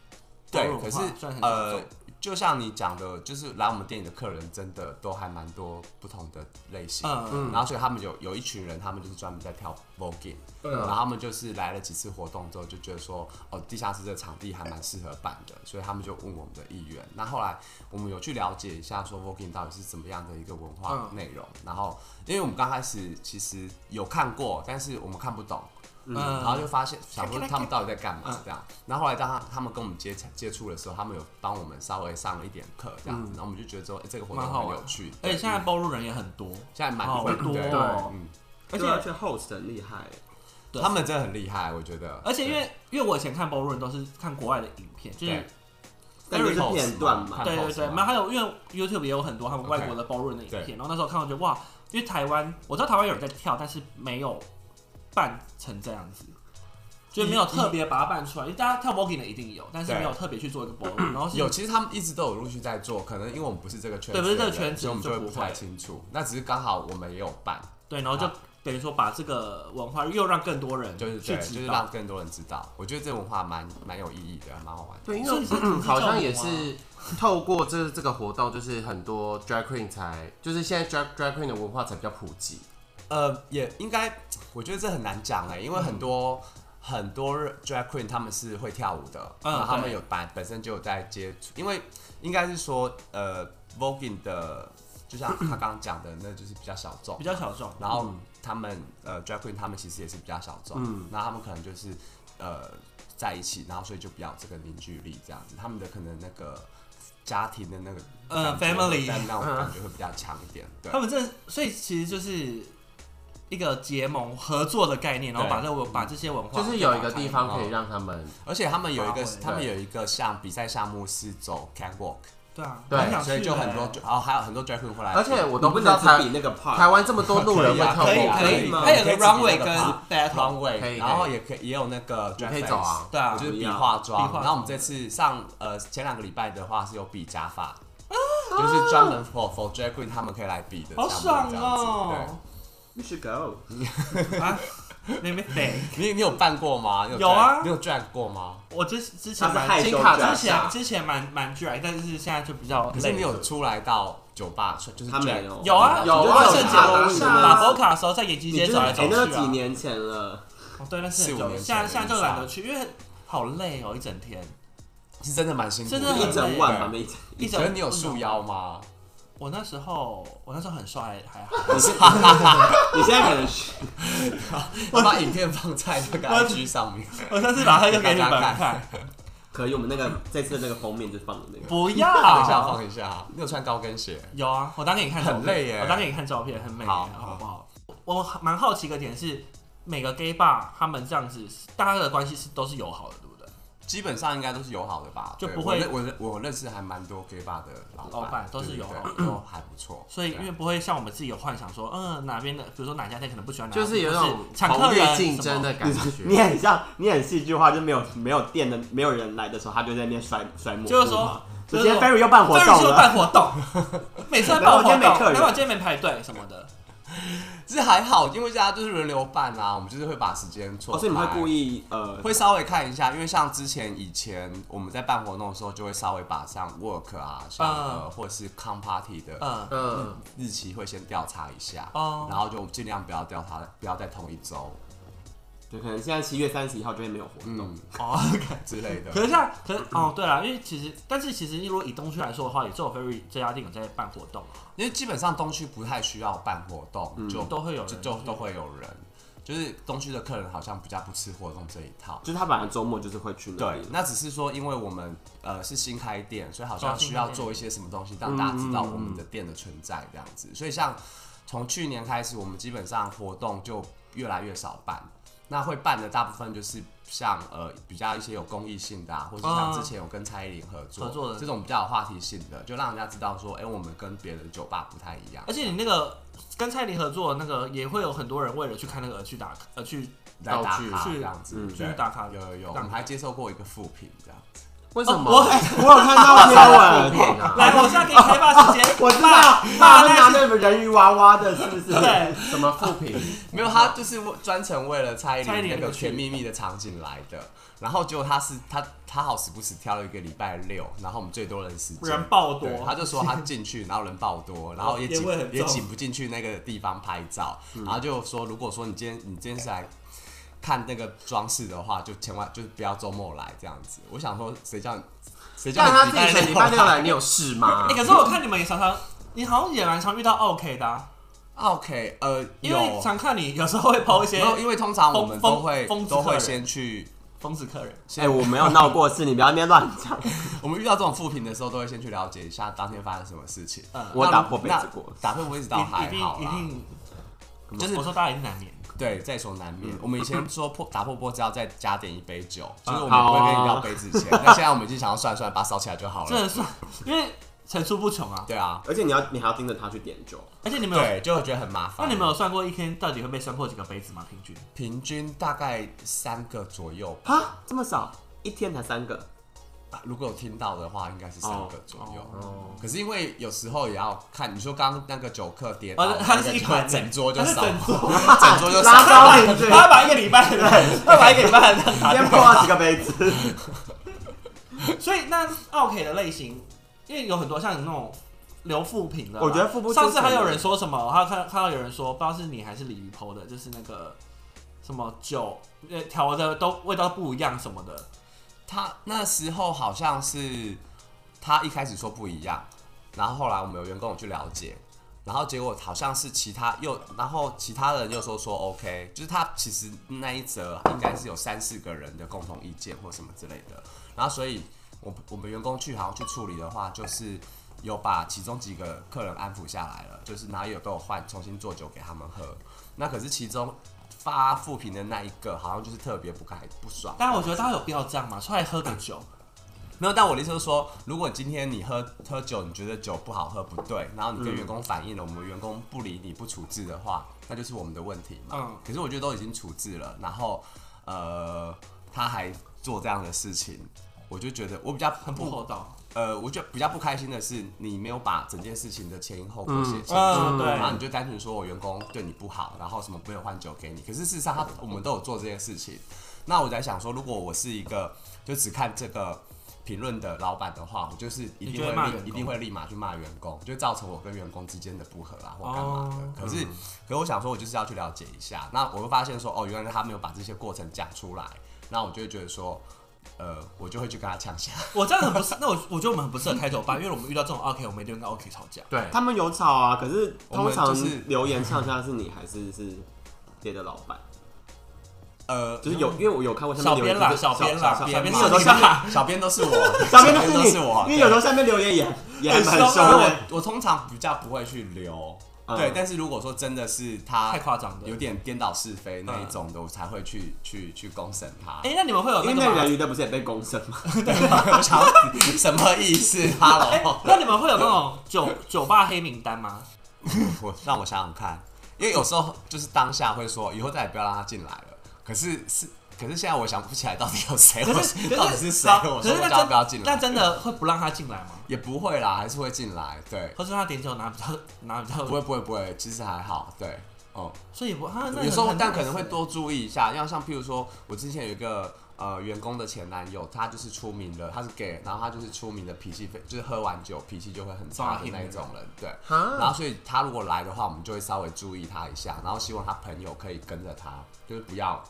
Speaker 4: 对
Speaker 1: ballroom
Speaker 4: 可是
Speaker 1: 文化算很小
Speaker 4: 呃
Speaker 1: 众，
Speaker 4: 就像你讲的，就是来我们店里的客人真的都还蛮多不同的类型，
Speaker 1: 嗯
Speaker 4: 嗯，然后所以他们有有一群人，他们就是专门在跳 voguing，、
Speaker 1: 嗯
Speaker 4: 然
Speaker 2: 啊
Speaker 4: 后他们就是来了几次活动之后就觉得说，哦，地下室这个场地还蛮适合办的，所以他们就问我们的意愿。那后来我们有去了解一下说 voguing 到底是怎么样的一个文化
Speaker 1: 嗯
Speaker 4: 内容，然后因为我们刚开始其实有看过，但是我们看不懂，
Speaker 1: 嗯，
Speaker 4: 然后就发现想说他们到底在干嘛这样。然后后来当他他们跟我们接接触的时候，他们有帮我们稍微上了一点课这样子，然后我们就觉得说、诶这个活
Speaker 1: 嗯
Speaker 4: 动
Speaker 1: 蛮好
Speaker 4: 很
Speaker 1: 玩
Speaker 4: 有趣，
Speaker 1: 而且
Speaker 4: 对嗯
Speaker 1: 现在包入人也很多，
Speaker 4: 现在蛮
Speaker 1: 好
Speaker 4: 会
Speaker 1: 多
Speaker 4: 对
Speaker 1: 哦
Speaker 4: 嗯，
Speaker 3: 而
Speaker 1: 而
Speaker 3: 且
Speaker 1: 且
Speaker 3: 而且啊 host 很厉害，
Speaker 1: 对
Speaker 4: 他们真的很厉害，我觉得。
Speaker 1: 而且因为因为我以前看包入人都是看国外的影片，就
Speaker 4: 对
Speaker 1: 是
Speaker 3: 但就是片段嘛
Speaker 4: 看，
Speaker 1: 对对
Speaker 4: post
Speaker 1: 对，
Speaker 4: 嘛
Speaker 1: 然后还有因为 YouTube 也有很多他们
Speaker 4: OK
Speaker 1: 外国的包润的影
Speaker 4: 对
Speaker 1: 片，然后那时候看我觉得哇，因为台湾我知道台湾有人在跳，但是没有办成这样子，就是没有特别把它办出来。因为大家跳 voguing 的一定有，但是
Speaker 4: 对
Speaker 1: 没有特别去做一个包润，然后是
Speaker 4: 有，其实他们一直都有陆续在做，可能因为我们不是这个圈子的
Speaker 1: 对
Speaker 4: 人，
Speaker 1: 不是这个圈子
Speaker 4: 所以我们就
Speaker 1: 就
Speaker 4: 会
Speaker 1: 不
Speaker 4: 不太
Speaker 1: 会
Speaker 4: 清楚。那只是刚好我们也有办，
Speaker 1: 对，然后就
Speaker 4: 好
Speaker 1: 等于说把这个文化又让更多人
Speaker 4: 啊就是
Speaker 1: 去
Speaker 4: 对，就
Speaker 1: 知
Speaker 4: 是
Speaker 1: 道
Speaker 4: 让。更多人知道。我觉得这文化蛮蛮有意义的，蛮好玩的。
Speaker 2: 对，因
Speaker 1: 所以
Speaker 2: 为嗯
Speaker 1: 是只是
Speaker 2: 好像也
Speaker 1: 跳舞吗
Speaker 2: 是透过这这个活动，就是很多 drag queen 才，就是现在 drag drag queen 的文化才比较普及。
Speaker 4: 呃，也应该，我觉得这很难讲哎、因为很多、很多 drag queen 他们是会跳舞的，
Speaker 1: 嗯
Speaker 4: 然后他们
Speaker 1: 对
Speaker 4: 有本本身就有在接触，因为应该是说呃 voguing 的，就像他刚刚讲的，那就是比较小众
Speaker 1: 比，较小众，
Speaker 4: 然
Speaker 2: 嗯
Speaker 4: 后他们、呃 drag queen 他们其实也是比较小众，那他们可能就是呃在一起，然后所以就比较有这个凝聚力这样子，他们的可能那个家庭的那个
Speaker 2: 呃
Speaker 1: 嗯
Speaker 4: 感觉会
Speaker 1: family
Speaker 4: 那种感觉会比较强一点，对
Speaker 1: 他。们这所以其实就是一个结盟合作的概念，然后把这个文把这些文化
Speaker 2: 就是有一个地方可以让他们，
Speaker 4: 而且他们有一个
Speaker 1: 发挥，
Speaker 4: 他们有一个像比赛项目是走 catwalk，
Speaker 1: 对啊，
Speaker 2: 对
Speaker 1: 很想
Speaker 4: 所以
Speaker 1: 去
Speaker 4: 就
Speaker 1: 欸
Speaker 4: 很多，然后还有很多 drag queen 会来，
Speaker 2: 而且我都不
Speaker 3: 不
Speaker 2: 知道
Speaker 3: 能只
Speaker 2: 台
Speaker 3: 比那个 part，
Speaker 2: 台湾这么多路人会跳
Speaker 4: 可
Speaker 1: 可
Speaker 4: 以
Speaker 1: 以
Speaker 4: 啊
Speaker 2: 舞，
Speaker 1: 可
Speaker 4: 可以
Speaker 1: 以
Speaker 4: 吗
Speaker 1: 它有个
Speaker 4: 可以自己那个
Speaker 1: runway 跟
Speaker 4: 爬
Speaker 1: battle，
Speaker 4: runway，
Speaker 2: 可以
Speaker 4: 然后也可以也有那个 drag
Speaker 2: 可以
Speaker 4: face，
Speaker 2: 走啊
Speaker 1: 对啊
Speaker 4: 就是
Speaker 3: 不一
Speaker 4: 比
Speaker 3: 样
Speaker 4: 化妆
Speaker 1: 比化。妆
Speaker 4: 然后我们这次上呃前两个礼拜的话是有比假发，就是专门 for for drag queen 他们可以来比的
Speaker 1: 啊
Speaker 4: 项
Speaker 1: 好
Speaker 4: 目，
Speaker 1: 爽
Speaker 4: 这样子
Speaker 1: 哦！
Speaker 3: You should go，
Speaker 1: 啊，那边得，
Speaker 4: 对你你有办过吗？你
Speaker 1: 有啊
Speaker 4: drag- 你有 drag 过吗？
Speaker 1: 我之之前
Speaker 3: 他是害
Speaker 1: 蛮
Speaker 3: 羞
Speaker 2: 金卡
Speaker 3: 这样
Speaker 1: 之前之前蛮蛮 drag，但是现在就比较
Speaker 4: 可是
Speaker 1: 累
Speaker 4: 你。有出来到酒吧，就是
Speaker 3: 他
Speaker 4: drag-
Speaker 3: 没有
Speaker 1: 有啊，
Speaker 2: 有啊
Speaker 1: 万圣节
Speaker 2: 有啊
Speaker 1: 的
Speaker 2: 有啊
Speaker 1: 打 f o 的时候在延吉
Speaker 3: 你就
Speaker 1: 街
Speaker 3: 是
Speaker 1: 走来走
Speaker 3: 哎，那都
Speaker 1: 去
Speaker 3: 几
Speaker 1: 啊。
Speaker 3: 年前了，
Speaker 1: 哦，对，那是很
Speaker 4: 四五
Speaker 1: 久，
Speaker 4: 年
Speaker 1: 现在
Speaker 4: 前
Speaker 1: 现在就
Speaker 4: 以
Speaker 1: 懒
Speaker 4: 上
Speaker 1: 得去，因为好累哦，一整天。
Speaker 4: 是真的蛮辛苦，
Speaker 1: 真的很
Speaker 3: 一整晚吧，
Speaker 4: 对啊
Speaker 3: 那一整
Speaker 1: 一整
Speaker 4: 可是你有束腰吗？
Speaker 1: 我那时候我那时候很帅，还好。
Speaker 3: 你是 你现在可能是
Speaker 4: 我把影片放在那个 IG 上 面。
Speaker 1: 我上次马 上就给你
Speaker 4: 给大
Speaker 1: 们
Speaker 4: 家
Speaker 1: 看，
Speaker 3: 可以，我们那个这次的那个封面就放 那个，
Speaker 1: 不
Speaker 4: 放一下，
Speaker 1: 要。
Speaker 4: 放一下。你有穿高跟鞋？
Speaker 1: 有啊，我当给你看照片，
Speaker 4: 很累耶
Speaker 1: 我当给你看照片，很美耶，
Speaker 4: 好
Speaker 1: 好不好？我蛮好奇一个点是，每个 gay bar 他们这样子，大家的关系是都是友好的，对不对？
Speaker 4: 基本上应该都是友好的吧，
Speaker 1: 就
Speaker 4: 对
Speaker 1: 不会
Speaker 4: 我认我我认识还蛮多 gay bar 的老
Speaker 1: 老板都是
Speaker 4: 对对
Speaker 1: 友好
Speaker 4: 对都还不错。
Speaker 1: 所以因
Speaker 3: 啊
Speaker 4: 对啊
Speaker 1: 为不会像我们自己有幻想说，嗯、哪边的，比如说哪家店可能不喜欢哪家
Speaker 2: 就
Speaker 1: 店，
Speaker 2: 是有那
Speaker 1: 或
Speaker 2: 种
Speaker 1: 抢客
Speaker 2: 同
Speaker 1: 人
Speaker 2: 类竞争的
Speaker 1: 什么
Speaker 2: 感觉。
Speaker 3: 你很像，你很戏剧化，就没有没有店的没有人来的时候，他就在那边甩甩抹布嘛。
Speaker 1: 就是说
Speaker 3: 就
Speaker 1: 就是说
Speaker 3: 今天 Ferry 又办活
Speaker 1: 当然
Speaker 3: 动
Speaker 1: 是有
Speaker 3: 了，
Speaker 1: 办活动，每次都办活动，
Speaker 3: 然后今天没客人
Speaker 1: 然后我今天没排队什么的，
Speaker 4: 其实还好，因为大家就是轮流办啊，我们就是会把时间错
Speaker 3: 哦，
Speaker 4: 开。
Speaker 3: 所以你会故意呃，
Speaker 4: 会稍微看一下，因为像之前以前我们在办活动的时候，就会稍微把像 work 啊，像、
Speaker 1: 嗯
Speaker 4: 呃或者是 com party 的
Speaker 1: 嗯，
Speaker 2: 嗯，
Speaker 4: 日期会先调查一下，
Speaker 1: 哦
Speaker 4: 然后就尽量不要调查，不要在同一周，
Speaker 3: 对，可能现在七月三十一号就会没有活动。
Speaker 4: 嗯
Speaker 1: 哦。
Speaker 4: 之类的。
Speaker 1: 可是像，可是哦，对啦，因为其实，但是其实，如果以东区来说的话，也只有 Ferry 这家店有在办活动，啊
Speaker 4: 因为基本上东区不太需要办活动，就
Speaker 1: 嗯都会有人
Speaker 4: 就就都会有人。就是东区的客人好像比较不吃活动这一套。
Speaker 3: 就是他本来周末就是会去那
Speaker 4: 对
Speaker 3: 里，，
Speaker 4: 那只是说，因为我们呃是新开店，所以好像
Speaker 1: 哦新
Speaker 4: 需
Speaker 1: 开店
Speaker 4: 要做一些什么东西，让大家知道我们的店的存在这样子。所以像从去年开始，我们基本上活动就越来越少办。那会办的大部分就是像呃比较一些有公益性的啊，或是像
Speaker 1: 嗯
Speaker 4: 之前有跟蔡依林合作
Speaker 1: 合作的
Speaker 4: 这种比较有话题性的，就让人家知道说，哎、我们跟别的酒吧不太一样。
Speaker 1: 而且你那个跟蔡琳合作的那个，也会有很多人为了去看那个而去打呃去
Speaker 4: 来打
Speaker 2: 道具
Speaker 4: 卡
Speaker 1: 去
Speaker 4: 这样子，
Speaker 3: 嗯
Speaker 4: 对
Speaker 1: 去打卡
Speaker 4: 有有有，
Speaker 1: 打
Speaker 4: 我
Speaker 1: 卡
Speaker 4: 们还接受过一个副评这样子，
Speaker 2: 为什么？
Speaker 1: 哦我
Speaker 3: 我有看到贴 文，，
Speaker 2: 骗啊！
Speaker 1: 来，我现在给你开放时间
Speaker 3: 我知道，
Speaker 1: 骂
Speaker 3: 骂
Speaker 1: 那
Speaker 3: 拿那个人鱼娃娃的，是不 是？
Speaker 1: 对，哎
Speaker 2: 什么副 品？
Speaker 4: 没有，他就是为专程为了蔡依
Speaker 1: 蔡依
Speaker 4: 林
Speaker 1: 林
Speaker 4: 那个
Speaker 1: 去
Speaker 4: 全秘密的场景来的。然后结果他是他他好死不死挑了一个礼拜六，然后我们最多人时间
Speaker 1: 人爆多
Speaker 4: 对他就说他进去，然后人爆多，然后也
Speaker 1: 烟
Speaker 4: 挤
Speaker 1: 味很重
Speaker 4: 也挤不进去那个地方拍照，然后就说如果说你今天你今天是来。看那个装饰的话，就千万就是不要周末来这样子。我想说，谁叫你谁叫
Speaker 2: 但他
Speaker 4: 你
Speaker 2: 自己选礼拜六来，你有事 吗
Speaker 1: 哎、？可是我看你们也常常，你好像也蛮常遇到 OK 的、啊，
Speaker 4: ？OK，呃，
Speaker 1: 因
Speaker 4: 有，
Speaker 1: 为常看你有时候会抛一些
Speaker 4: 然后因为通常我们
Speaker 1: 疯
Speaker 4: 都会
Speaker 1: 疯疯子
Speaker 4: 都
Speaker 1: 客
Speaker 4: 会
Speaker 1: 人
Speaker 4: 先去
Speaker 1: 疯子客人，
Speaker 3: 哎、我没有闹过事，你不要那边乱讲。
Speaker 4: 我们遇到这种负评的时候，都会先去了解一下当天发生什么事情。
Speaker 1: 嗯
Speaker 3: 我打破杯子过
Speaker 4: 那打破杯子倒
Speaker 1: 一
Speaker 4: 还
Speaker 1: 一定
Speaker 4: 好
Speaker 1: 一
Speaker 4: 啦。
Speaker 1: 定，
Speaker 4: 就是
Speaker 1: 我说大家一定难免。
Speaker 4: 对，在所难
Speaker 1: 嗯
Speaker 4: 免。我们以前说破打破玻璃要再加点一杯酒，就是我们
Speaker 2: 好
Speaker 4: 不
Speaker 2: 啊
Speaker 4: 会跟你要杯子
Speaker 1: 哦
Speaker 4: 钱。那现在我们已经想要算算，把它烧起来就好
Speaker 1: 这
Speaker 4: 了。
Speaker 1: 很算，因为层出不穷啊。
Speaker 4: 对啊，
Speaker 3: 而且你要，你还要盯着他去点酒。
Speaker 1: 而且你们有，
Speaker 4: 对，就会觉得很麻烦。
Speaker 1: 那你们有算过一天到底会被酸破几个杯子吗？平均？
Speaker 4: 平均大概三个左右吧？
Speaker 3: 啊，这么少，一天才三个。
Speaker 4: 如果有听到的话，应该是三个左右。
Speaker 3: 哦，
Speaker 4: 可是因为有时候也要看，你说刚刚那个酒客跌倒
Speaker 1: 哦，，他是一
Speaker 4: 那个
Speaker 1: 盘
Speaker 4: 就整桌就
Speaker 1: 他是
Speaker 4: 少，
Speaker 1: 整桌，
Speaker 4: 整桌就 少。
Speaker 3: 拉高领子，
Speaker 1: 他把一个礼拜的，他把一个礼拜的量打掉
Speaker 3: 先破二十个杯子。
Speaker 1: 所以那 OK 的类型，因为有很多像你那种留副品的啦，
Speaker 3: 我觉得副不出
Speaker 1: 上次
Speaker 3: 神
Speaker 1: 还有
Speaker 3: 的
Speaker 1: 人说什么，我还有看看到有人说，不知道是你还是李鱼剖的，就是那个什么酒呃调的都味道不一样什么的，
Speaker 4: 他那时候好像是他一开始说不一样，然后后来我们有员工有去了解，然后结果好像是其他又，然后其他人又说说 OK，就是他其实那一则应该是有三四个人的共同意见或什么之类的，然后所以我我们员工去好像去处理的话，就是有把其中几个客人安抚下来了，就是哪有都有换重新做酒给他们喝，那可是其中发负评的那一个好像就是特别不开不爽，
Speaker 1: 但我觉得大家有必要这样嘛，出来喝个酒，
Speaker 4: 没有，但我的意思就是说，如果今天你喝喝酒，你觉得酒不好喝不对，然后你跟员工反映了，我们员工不理你不处置的话，那就是我们的问题嘛。
Speaker 1: 嗯
Speaker 4: 可是我觉得都已经处置了，然后呃，他还做这样的事情，我就觉得我比较
Speaker 1: 很不厚道。
Speaker 4: 呃，我觉得比较不开心的是，你没有把整件事情的前因后果写清楚，
Speaker 1: 嗯嗯对
Speaker 4: 然后你就单纯说我员工对你不好，然后什么没有换酒给你。可是事实上他，我们都有做这件事情。那我在想说，如果我是一个就只看这个评论的老板的话，我就是一
Speaker 1: 你
Speaker 4: 定
Speaker 1: 就会
Speaker 4: 会
Speaker 1: 骂
Speaker 4: 立
Speaker 1: 员工
Speaker 4: 一定会立马去骂员工，就造成我跟员工之间的不和啊或干嘛的。
Speaker 1: 哦
Speaker 4: 可是，可是我想说，我就是要去了解一下。那我会发现说，哦，原来他没有把这些过程讲出来，那我就会觉得说，呃，我就会去跟 他呛下。
Speaker 1: 我这样很不是，那我我觉得我们很不适合开酒吧，因为我们遇到这种 OK，我们一定会跟 OK 吵架。
Speaker 2: 对，
Speaker 3: 他们有吵啊，可是
Speaker 4: 我
Speaker 3: 通
Speaker 4: 们
Speaker 3: 常
Speaker 4: 就是
Speaker 3: 留言呛下是你还是是别的老板？
Speaker 4: 呃，
Speaker 3: 就是有，因为我有看过下
Speaker 1: 小
Speaker 3: 面留
Speaker 1: 编
Speaker 3: 言，
Speaker 1: 啦，
Speaker 3: 就是
Speaker 1: 嗯小编啦，小
Speaker 4: 小编
Speaker 1: 编
Speaker 4: 嘛
Speaker 1: 是你啦。
Speaker 4: 小编都 是我，
Speaker 3: 小编
Speaker 4: 都
Speaker 3: 都是你，
Speaker 4: 是
Speaker 1: 啊
Speaker 4: 我，
Speaker 3: 因为有时候下面留言也也还蛮
Speaker 1: 很
Speaker 3: 凶
Speaker 1: 凶
Speaker 4: 对
Speaker 3: 的。
Speaker 4: 我我通常比较不会去留，
Speaker 3: 嗯
Speaker 4: 对，但是如果说真的是他
Speaker 1: 太夸张了嗯
Speaker 4: 有点颠倒是非那一种的，我才会去去去公审他。
Speaker 1: 哎，那你们会有
Speaker 3: 因为
Speaker 1: 那
Speaker 3: 那
Speaker 1: 个
Speaker 3: 个
Speaker 1: 吗？
Speaker 3: 人鱼的不是也被公审吗？
Speaker 4: 我想要什么意思哈
Speaker 1: 哎
Speaker 4: 喽，
Speaker 1: 那你们会有那种酒酒吧黑名单 吗？
Speaker 4: 我让我想想看，因为有时候就是当下会说，以后再也不要让他进来了。可是是，可是现在我想不起来到底有谁，
Speaker 1: 可
Speaker 4: 我
Speaker 1: 是
Speaker 4: 到
Speaker 1: 可
Speaker 4: 底
Speaker 1: 是
Speaker 4: 是谁，
Speaker 1: 好
Speaker 4: 我
Speaker 1: 可
Speaker 4: 说
Speaker 1: 是
Speaker 4: 我
Speaker 1: 那
Speaker 4: 叫他
Speaker 1: 真
Speaker 4: 不要进
Speaker 1: 那
Speaker 4: 来，
Speaker 1: 真的会不让他进来吗？
Speaker 4: 也不会啦，还是会进来，对。
Speaker 1: 或是他点酒拿比较拿比较
Speaker 4: 不，会不会不会，其实还好，对，哦、
Speaker 1: 所以不啊，那
Speaker 4: 有时候但可能会
Speaker 1: 多。
Speaker 4: 多注意一下，要像譬如说，我之前有一个呃员工的前男友，他就是出名的，他是 gay，然后他就是出名的脾气非，就是喝完酒脾气就会很差的那一种人，对。
Speaker 2: 啊
Speaker 4: 然后所以他如果来的话，我们就会稍微注意他一下，然后希望他朋友可以跟着他，就是不要。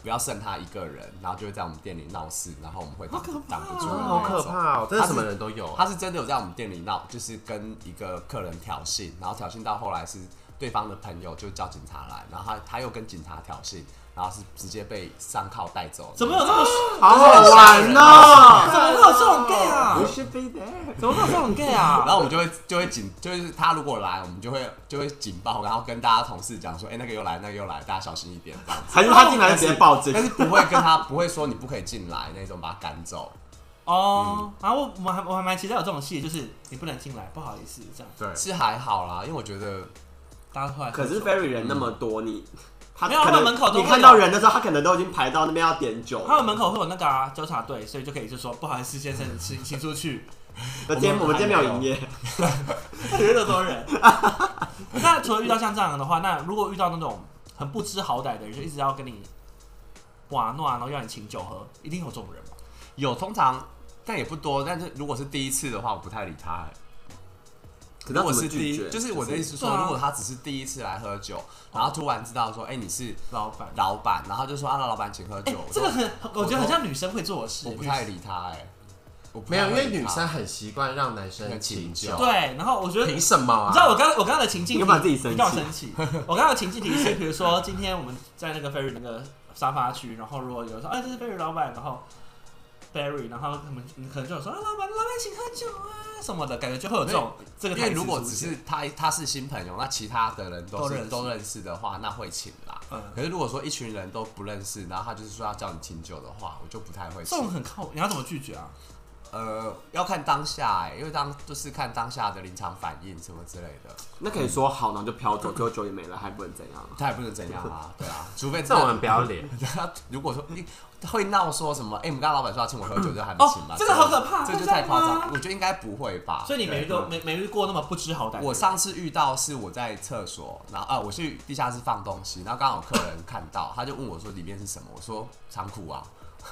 Speaker 4: 不要剩他一个人，然后就会在我们店里闹事，然后我们会挡挡不住的
Speaker 2: 啊
Speaker 4: 那一
Speaker 2: 好可
Speaker 4: 种
Speaker 2: 怕哦，真的什么
Speaker 4: 他是
Speaker 2: 人都有。
Speaker 4: 他是真的有在我们店里闹，就是跟一个客人挑衅，然后挑衅到后来是对方的朋友就叫警察来，然后他他又跟警察挑衅，然后是直接被上铐带走。
Speaker 1: 怎么有这么
Speaker 3: 好好玩哦！
Speaker 1: 怎么会有这种 gay 啊
Speaker 3: You？should be there。
Speaker 1: 怎么会有这种 gay 啊？
Speaker 4: 然后我们就会就会警，就是他如果来，我们就会就会警报，然后跟大家同事讲说，哎、那个又来，那个又来，大家小心一点这样子。
Speaker 3: 还是他进来就直接报警
Speaker 4: 但？是不会跟他不会说你不可以进来那种，把他赶走。
Speaker 1: 哦，然后我我还我还蛮期待有这种戏，就是你不能进来，不好意思这样，
Speaker 2: 对，
Speaker 4: 是还好啦，因为我觉得
Speaker 1: 大家后来
Speaker 3: 可是 Ferry 人那么多，你他
Speaker 1: 没有
Speaker 3: 可
Speaker 1: 他
Speaker 3: 能
Speaker 1: 门口都
Speaker 3: 你
Speaker 1: 会
Speaker 3: 看到
Speaker 1: 有
Speaker 3: 人的时候，他可能都已经排到那边要点酒了，
Speaker 1: 他们门口会有那个啊纠察队，所以就可以就说不好意思先生，请请出去。
Speaker 3: 那今天我
Speaker 4: 我
Speaker 3: 们
Speaker 4: 们
Speaker 3: 今天没有营业，
Speaker 1: 你会得多人。那除了遇到像这样的话，那如果遇到那种很不知好歹的人，就一直要跟你玩闹，然后要你请酒喝，一定有这种人吧？
Speaker 4: 有通常，但也不多。但是如果是第一次的话，我不太理他、欸。
Speaker 3: 可
Speaker 4: 如果啊是第一，就是我的意思说，
Speaker 1: 对啊
Speaker 4: 如果他只是第一次来喝酒，然后突然知道说，哎、你是
Speaker 1: 老板，
Speaker 4: 老板，然后就说啊，老板请喝
Speaker 1: 哎、
Speaker 4: 酒，我
Speaker 1: 这
Speaker 4: 都
Speaker 1: 个很，我觉得很像女生会做的事。
Speaker 4: 我不太理他、哎，我不
Speaker 2: 没
Speaker 4: 太
Speaker 2: 有，
Speaker 4: 会
Speaker 2: 因为
Speaker 4: 理
Speaker 2: 女
Speaker 4: 他
Speaker 2: 生很习惯让男生请酒，
Speaker 1: 对，然后我觉得
Speaker 2: 凭什么啊？
Speaker 1: 你知道我刚我刚刚的情境题，
Speaker 3: 你干嘛自己生气
Speaker 1: 你干嘛生气？ 我刚刚的情境题是，比如说今天我们在那个 Ferry 那个沙发区，然后如果有人说，哎，这是 Ferry 老板，然后 Ferry，然后他们可能就有说，啊，老板，老板请喝酒啊什么的，感觉就会有这种这个
Speaker 4: 因
Speaker 1: 台词出现。
Speaker 4: 为如果只是他他是新朋友，那其他的人都
Speaker 1: 都
Speaker 4: 是
Speaker 1: 认识
Speaker 4: 都认识的话，那会请啦。
Speaker 1: 嗯
Speaker 4: 可是如果说一群人都不认识，然后他就是说要叫你请酒的话，我就不太会
Speaker 1: 这种
Speaker 4: 请。
Speaker 1: 很靠，你要怎么拒绝啊？
Speaker 4: 呃，要看当下、哎，因为当就是看当下的临场反应什么之类的，
Speaker 3: 那可以说好，然后就飘走，最后酒也没了，还不能怎样？
Speaker 4: 他也不能怎样啊，对啊，除非
Speaker 2: 这
Speaker 4: 真的
Speaker 2: 种人不要脸，
Speaker 4: 他 如果说你会闹说什么，哎、我们刚刚老板说要请我喝酒，就还没
Speaker 1: 哦
Speaker 4: 请吧？
Speaker 1: 这个好可怕
Speaker 4: 这就
Speaker 1: 会这样
Speaker 4: 太夸
Speaker 1: 吗
Speaker 4: 张，我觉得应该不会
Speaker 3: 啊
Speaker 4: 吧。
Speaker 1: 所以你没遇过没没遇过那么不知好歹的人。
Speaker 4: 我上次遇到是我在厕所，然后啊，我去地下室放东西，然后刚好有客人看到，他就问我说里面是什么，我说仓库啊。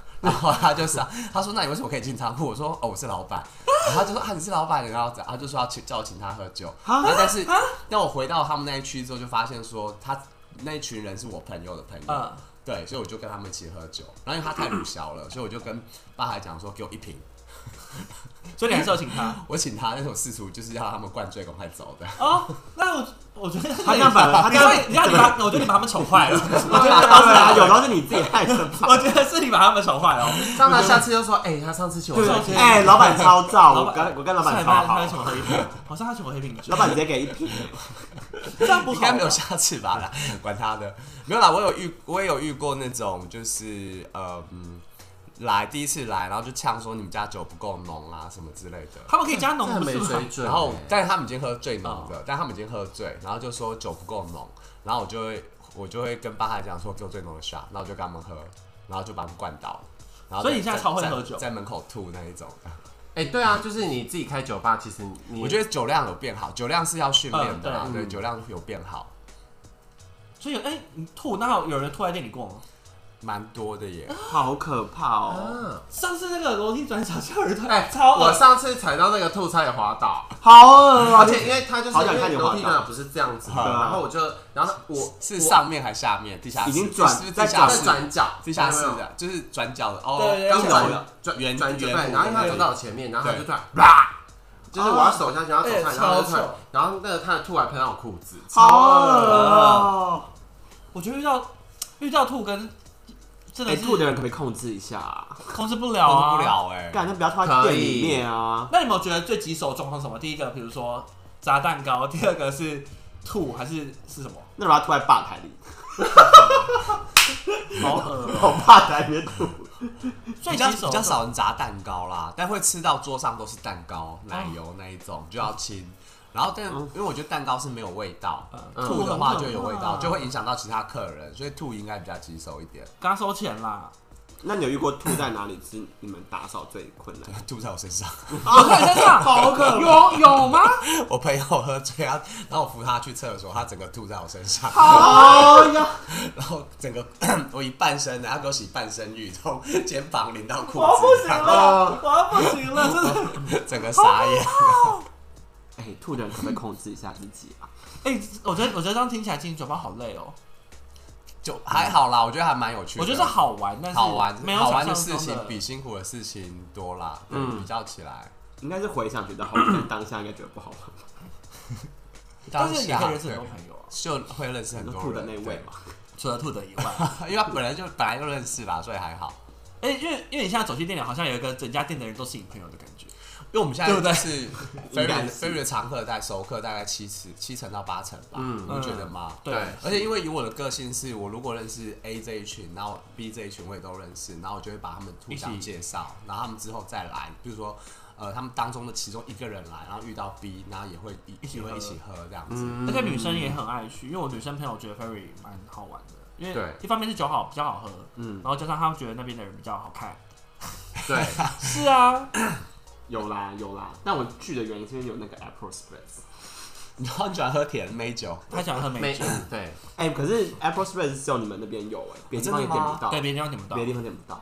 Speaker 4: 然后他就上，他说：“那你为什么可以进仓库？”我说：“哦，我是老板。”然后他就说：“啊，你是老板。”然后怎样他就说要请叫我请他喝酒。
Speaker 1: 啊
Speaker 4: 然后但是让我回到他们那一区之后，就发现说他那一群人是我朋友的朋友，
Speaker 1: 嗯
Speaker 4: 对，所以我就跟他们一起喝酒。然后因为他太乳小了，所以我就跟爸还讲说：“给我一瓶。
Speaker 1: 所以你还是要请 他”
Speaker 4: 我请他那种试图就是要他们灌醉，赶快走的。
Speaker 1: 哦。那我我觉得
Speaker 3: 他这样反而他
Speaker 1: 你
Speaker 3: 这样
Speaker 1: 说你让你把，我觉得你把他们宠坏了，
Speaker 3: 我觉得当然有时候是你自己害的 吧。
Speaker 1: 我觉得是你把他们宠坏了。
Speaker 2: 让他下次就说，哎，他上次请我喝酒，
Speaker 1: 对
Speaker 3: 哎，老板超照，我
Speaker 1: 老板
Speaker 3: 跟我跟老板超
Speaker 1: 他他
Speaker 3: 好
Speaker 1: 请，我喝一瓶，好哦像他请我喝一瓶酒
Speaker 3: 老，板直接给一瓶，
Speaker 1: 这样不
Speaker 4: 应
Speaker 1: 好
Speaker 4: 该
Speaker 1: 吧
Speaker 4: 没有下次吧啦， 管他的，没有啦。我有遇，我也有遇过那种，就是呃，嗯，来第一次来，然后就呛说你们家酒不够浓啊，什么之类的。
Speaker 1: 他们可以加
Speaker 2: 这
Speaker 1: 浓
Speaker 2: 很
Speaker 1: 不
Speaker 2: 没
Speaker 1: 是吗
Speaker 2: 水？准。
Speaker 4: 然后，
Speaker 2: 哎
Speaker 4: 但是他们已经喝醉浓
Speaker 1: 嗯
Speaker 4: 的，但他们已经喝醉，然后就说酒不够浓，然后我就会我就会跟爸他讲说给我最浓的 shot，然后我就跟他们喝，然后就把他们灌倒。然后
Speaker 1: 所以你
Speaker 4: 在
Speaker 1: 现在超会喝酒
Speaker 4: 在在门口吐那一种。
Speaker 2: 哎，对啊，就是你自己开酒吧，其实你
Speaker 4: 我觉得酒量有变好，酒量是要训练的啦
Speaker 1: 嗯，
Speaker 4: 对，酒量有变好，
Speaker 1: 所以哎，你吐，那有人吐在店里过吗？
Speaker 4: 蛮多的
Speaker 1: 啊
Speaker 4: 耶。
Speaker 3: 好可怕哦，
Speaker 2: 啊，
Speaker 1: 上次那个楼梯转角就有人吐，
Speaker 2: 哎，
Speaker 1: 超恶
Speaker 2: 我
Speaker 1: 心。
Speaker 2: 上次踩到那个兔差点滑倒，
Speaker 3: 好恶
Speaker 2: 而
Speaker 3: 啊！
Speaker 2: 且因为他就是
Speaker 3: 好
Speaker 2: 因
Speaker 3: 想看
Speaker 2: 为
Speaker 3: 你
Speaker 2: 楼
Speaker 3: 滑
Speaker 2: 梯
Speaker 3: 倒
Speaker 2: 呢不是这样子的，
Speaker 3: 对啊
Speaker 2: 然后我就，然后我
Speaker 4: 是上面还是下面？地下室
Speaker 3: 已经转
Speaker 4: 是不是
Speaker 3: 在
Speaker 4: 地
Speaker 2: 我
Speaker 4: 下
Speaker 2: 在
Speaker 4: 室？
Speaker 2: 转角，
Speaker 4: 地下室
Speaker 2: 有没有
Speaker 4: 的，就是转角的哦。
Speaker 1: 对对对
Speaker 2: 刚
Speaker 3: 一
Speaker 2: 转
Speaker 3: 楼的
Speaker 2: 转
Speaker 4: 圆
Speaker 2: 转对，
Speaker 4: 圆弧
Speaker 2: 然后因为他走到我前面，然后他就突然啪，就是我要手下去，然后走上来，然后他就突
Speaker 1: 哎超
Speaker 2: 然
Speaker 1: 臭，
Speaker 2: 然后那个他的吐还喷到我裤子，
Speaker 3: 好恶
Speaker 1: 恶
Speaker 3: 哦！
Speaker 1: 我觉得遇到遇到吐跟真
Speaker 3: 哎，
Speaker 1: 的是
Speaker 3: 吐的人可不可以控制一下啊？
Speaker 1: 控制不了
Speaker 4: 控制
Speaker 1: 啊，
Speaker 4: 不了哎。
Speaker 3: 干，那不要吐在店里面啊！
Speaker 1: 那你们有觉得最棘手的状况是什么？第一个，比如说砸蛋糕；第二个是吐，还是是什么？
Speaker 3: 那把它吐在吧台里，
Speaker 1: 好恶哦、
Speaker 3: 往吧台里面吐。
Speaker 1: 最棘
Speaker 4: 比较
Speaker 1: 手
Speaker 4: 比
Speaker 1: 的
Speaker 4: 较少人砸蛋糕啦，但会吃到桌上都是蛋糕、奶油那一种，就要亲。然后，但因为我觉得蛋糕是没有味道，
Speaker 1: 呃
Speaker 4: 吐的话就有味道，
Speaker 1: 嗯
Speaker 4: 就会影响到其他客人，所以吐应该比较棘手一点。
Speaker 1: 跟他收钱啦。
Speaker 3: 那你有遇过吐在哪里是你们打扫最困难？
Speaker 4: 吐在我身上，
Speaker 1: 我看身上好可有有吗？
Speaker 4: 我朋友喝醉啊，然后我扶他去厕所，他整个吐在我身上，
Speaker 3: 哦呀，
Speaker 4: 然后整个 我一半身的，他给我洗半身浴，从肩膀淋到裤
Speaker 1: 我要不
Speaker 4: 子
Speaker 1: 行
Speaker 4: 上，
Speaker 1: 了，我要不行 了，真的。
Speaker 4: 整个傻眼。
Speaker 3: 哎，吐的人可不可以控制一下自己啊？
Speaker 1: 哎、我觉得我觉得这样听起来，其实酒吧好累哦、
Speaker 4: 就还好啦，我觉得还蛮有趣的。
Speaker 1: 我觉得是好玩，但是
Speaker 4: 好玩，
Speaker 1: 没有
Speaker 4: 好玩
Speaker 1: 想象
Speaker 4: 事
Speaker 1: 中
Speaker 4: 情
Speaker 1: 的
Speaker 4: 比辛苦的事情多啦。
Speaker 2: 嗯
Speaker 4: 嗯，比较起来，
Speaker 3: 应该是回想觉得好玩，但当下应该觉得不好玩。
Speaker 1: 但是也可以认识很
Speaker 4: 当
Speaker 1: 多
Speaker 4: 下
Speaker 1: 朋友啊，
Speaker 4: 对就会认识很
Speaker 3: 就
Speaker 4: 多
Speaker 3: 吐的
Speaker 4: 人
Speaker 3: 那位嘛，
Speaker 1: 除了吐的以 外。
Speaker 4: 对因为他本来就本来就认识啦，所以还好。
Speaker 1: 哎、因为因为你现在走进店里，好像有一个整家店的人都是你朋友的感觉。
Speaker 4: 因为我们现在
Speaker 1: 对不对
Speaker 4: 是
Speaker 3: 应该
Speaker 4: ferry
Speaker 3: 是
Speaker 4: ferry 的常客在熟客大概七十七成到八成吧，
Speaker 2: 嗯
Speaker 4: 你不觉得吗？
Speaker 1: 对
Speaker 4: 而且因为以我的个性是，我如果认识 A 这一群，然后 B 这一群我也都认识，然后我就会把他们互
Speaker 1: 一
Speaker 4: 相
Speaker 1: 起
Speaker 4: 介绍，
Speaker 3: 嗯
Speaker 4: 然后他们之后再来，比如说呃他们当中的其中一个人来，然后遇到 B，然后也会一
Speaker 1: 一起
Speaker 4: 也
Speaker 1: 喝
Speaker 4: 会一起喝这样子。
Speaker 2: 嗯
Speaker 1: 而且女生也很爱去，因为我女生朋友觉得 Ferry 蛮好玩的。因为
Speaker 2: 对
Speaker 1: 一方面是酒好比较好喝，嗯，然后加上他们觉得那边的人比较好看，
Speaker 2: 对，
Speaker 1: 是啊，
Speaker 3: 有啦有啦，但我去的原因是因为有那个 Apple Spritz。
Speaker 4: 然后你喜欢喝甜美酒，
Speaker 1: 他喜欢喝美
Speaker 2: 没嗯
Speaker 1: 酒，
Speaker 2: 对，
Speaker 3: 哎、可是 Apple Spritz 只有你们那边有哎、别的地方也点不到，
Speaker 1: 对别的地方点不到
Speaker 3: 别的，地方点不到，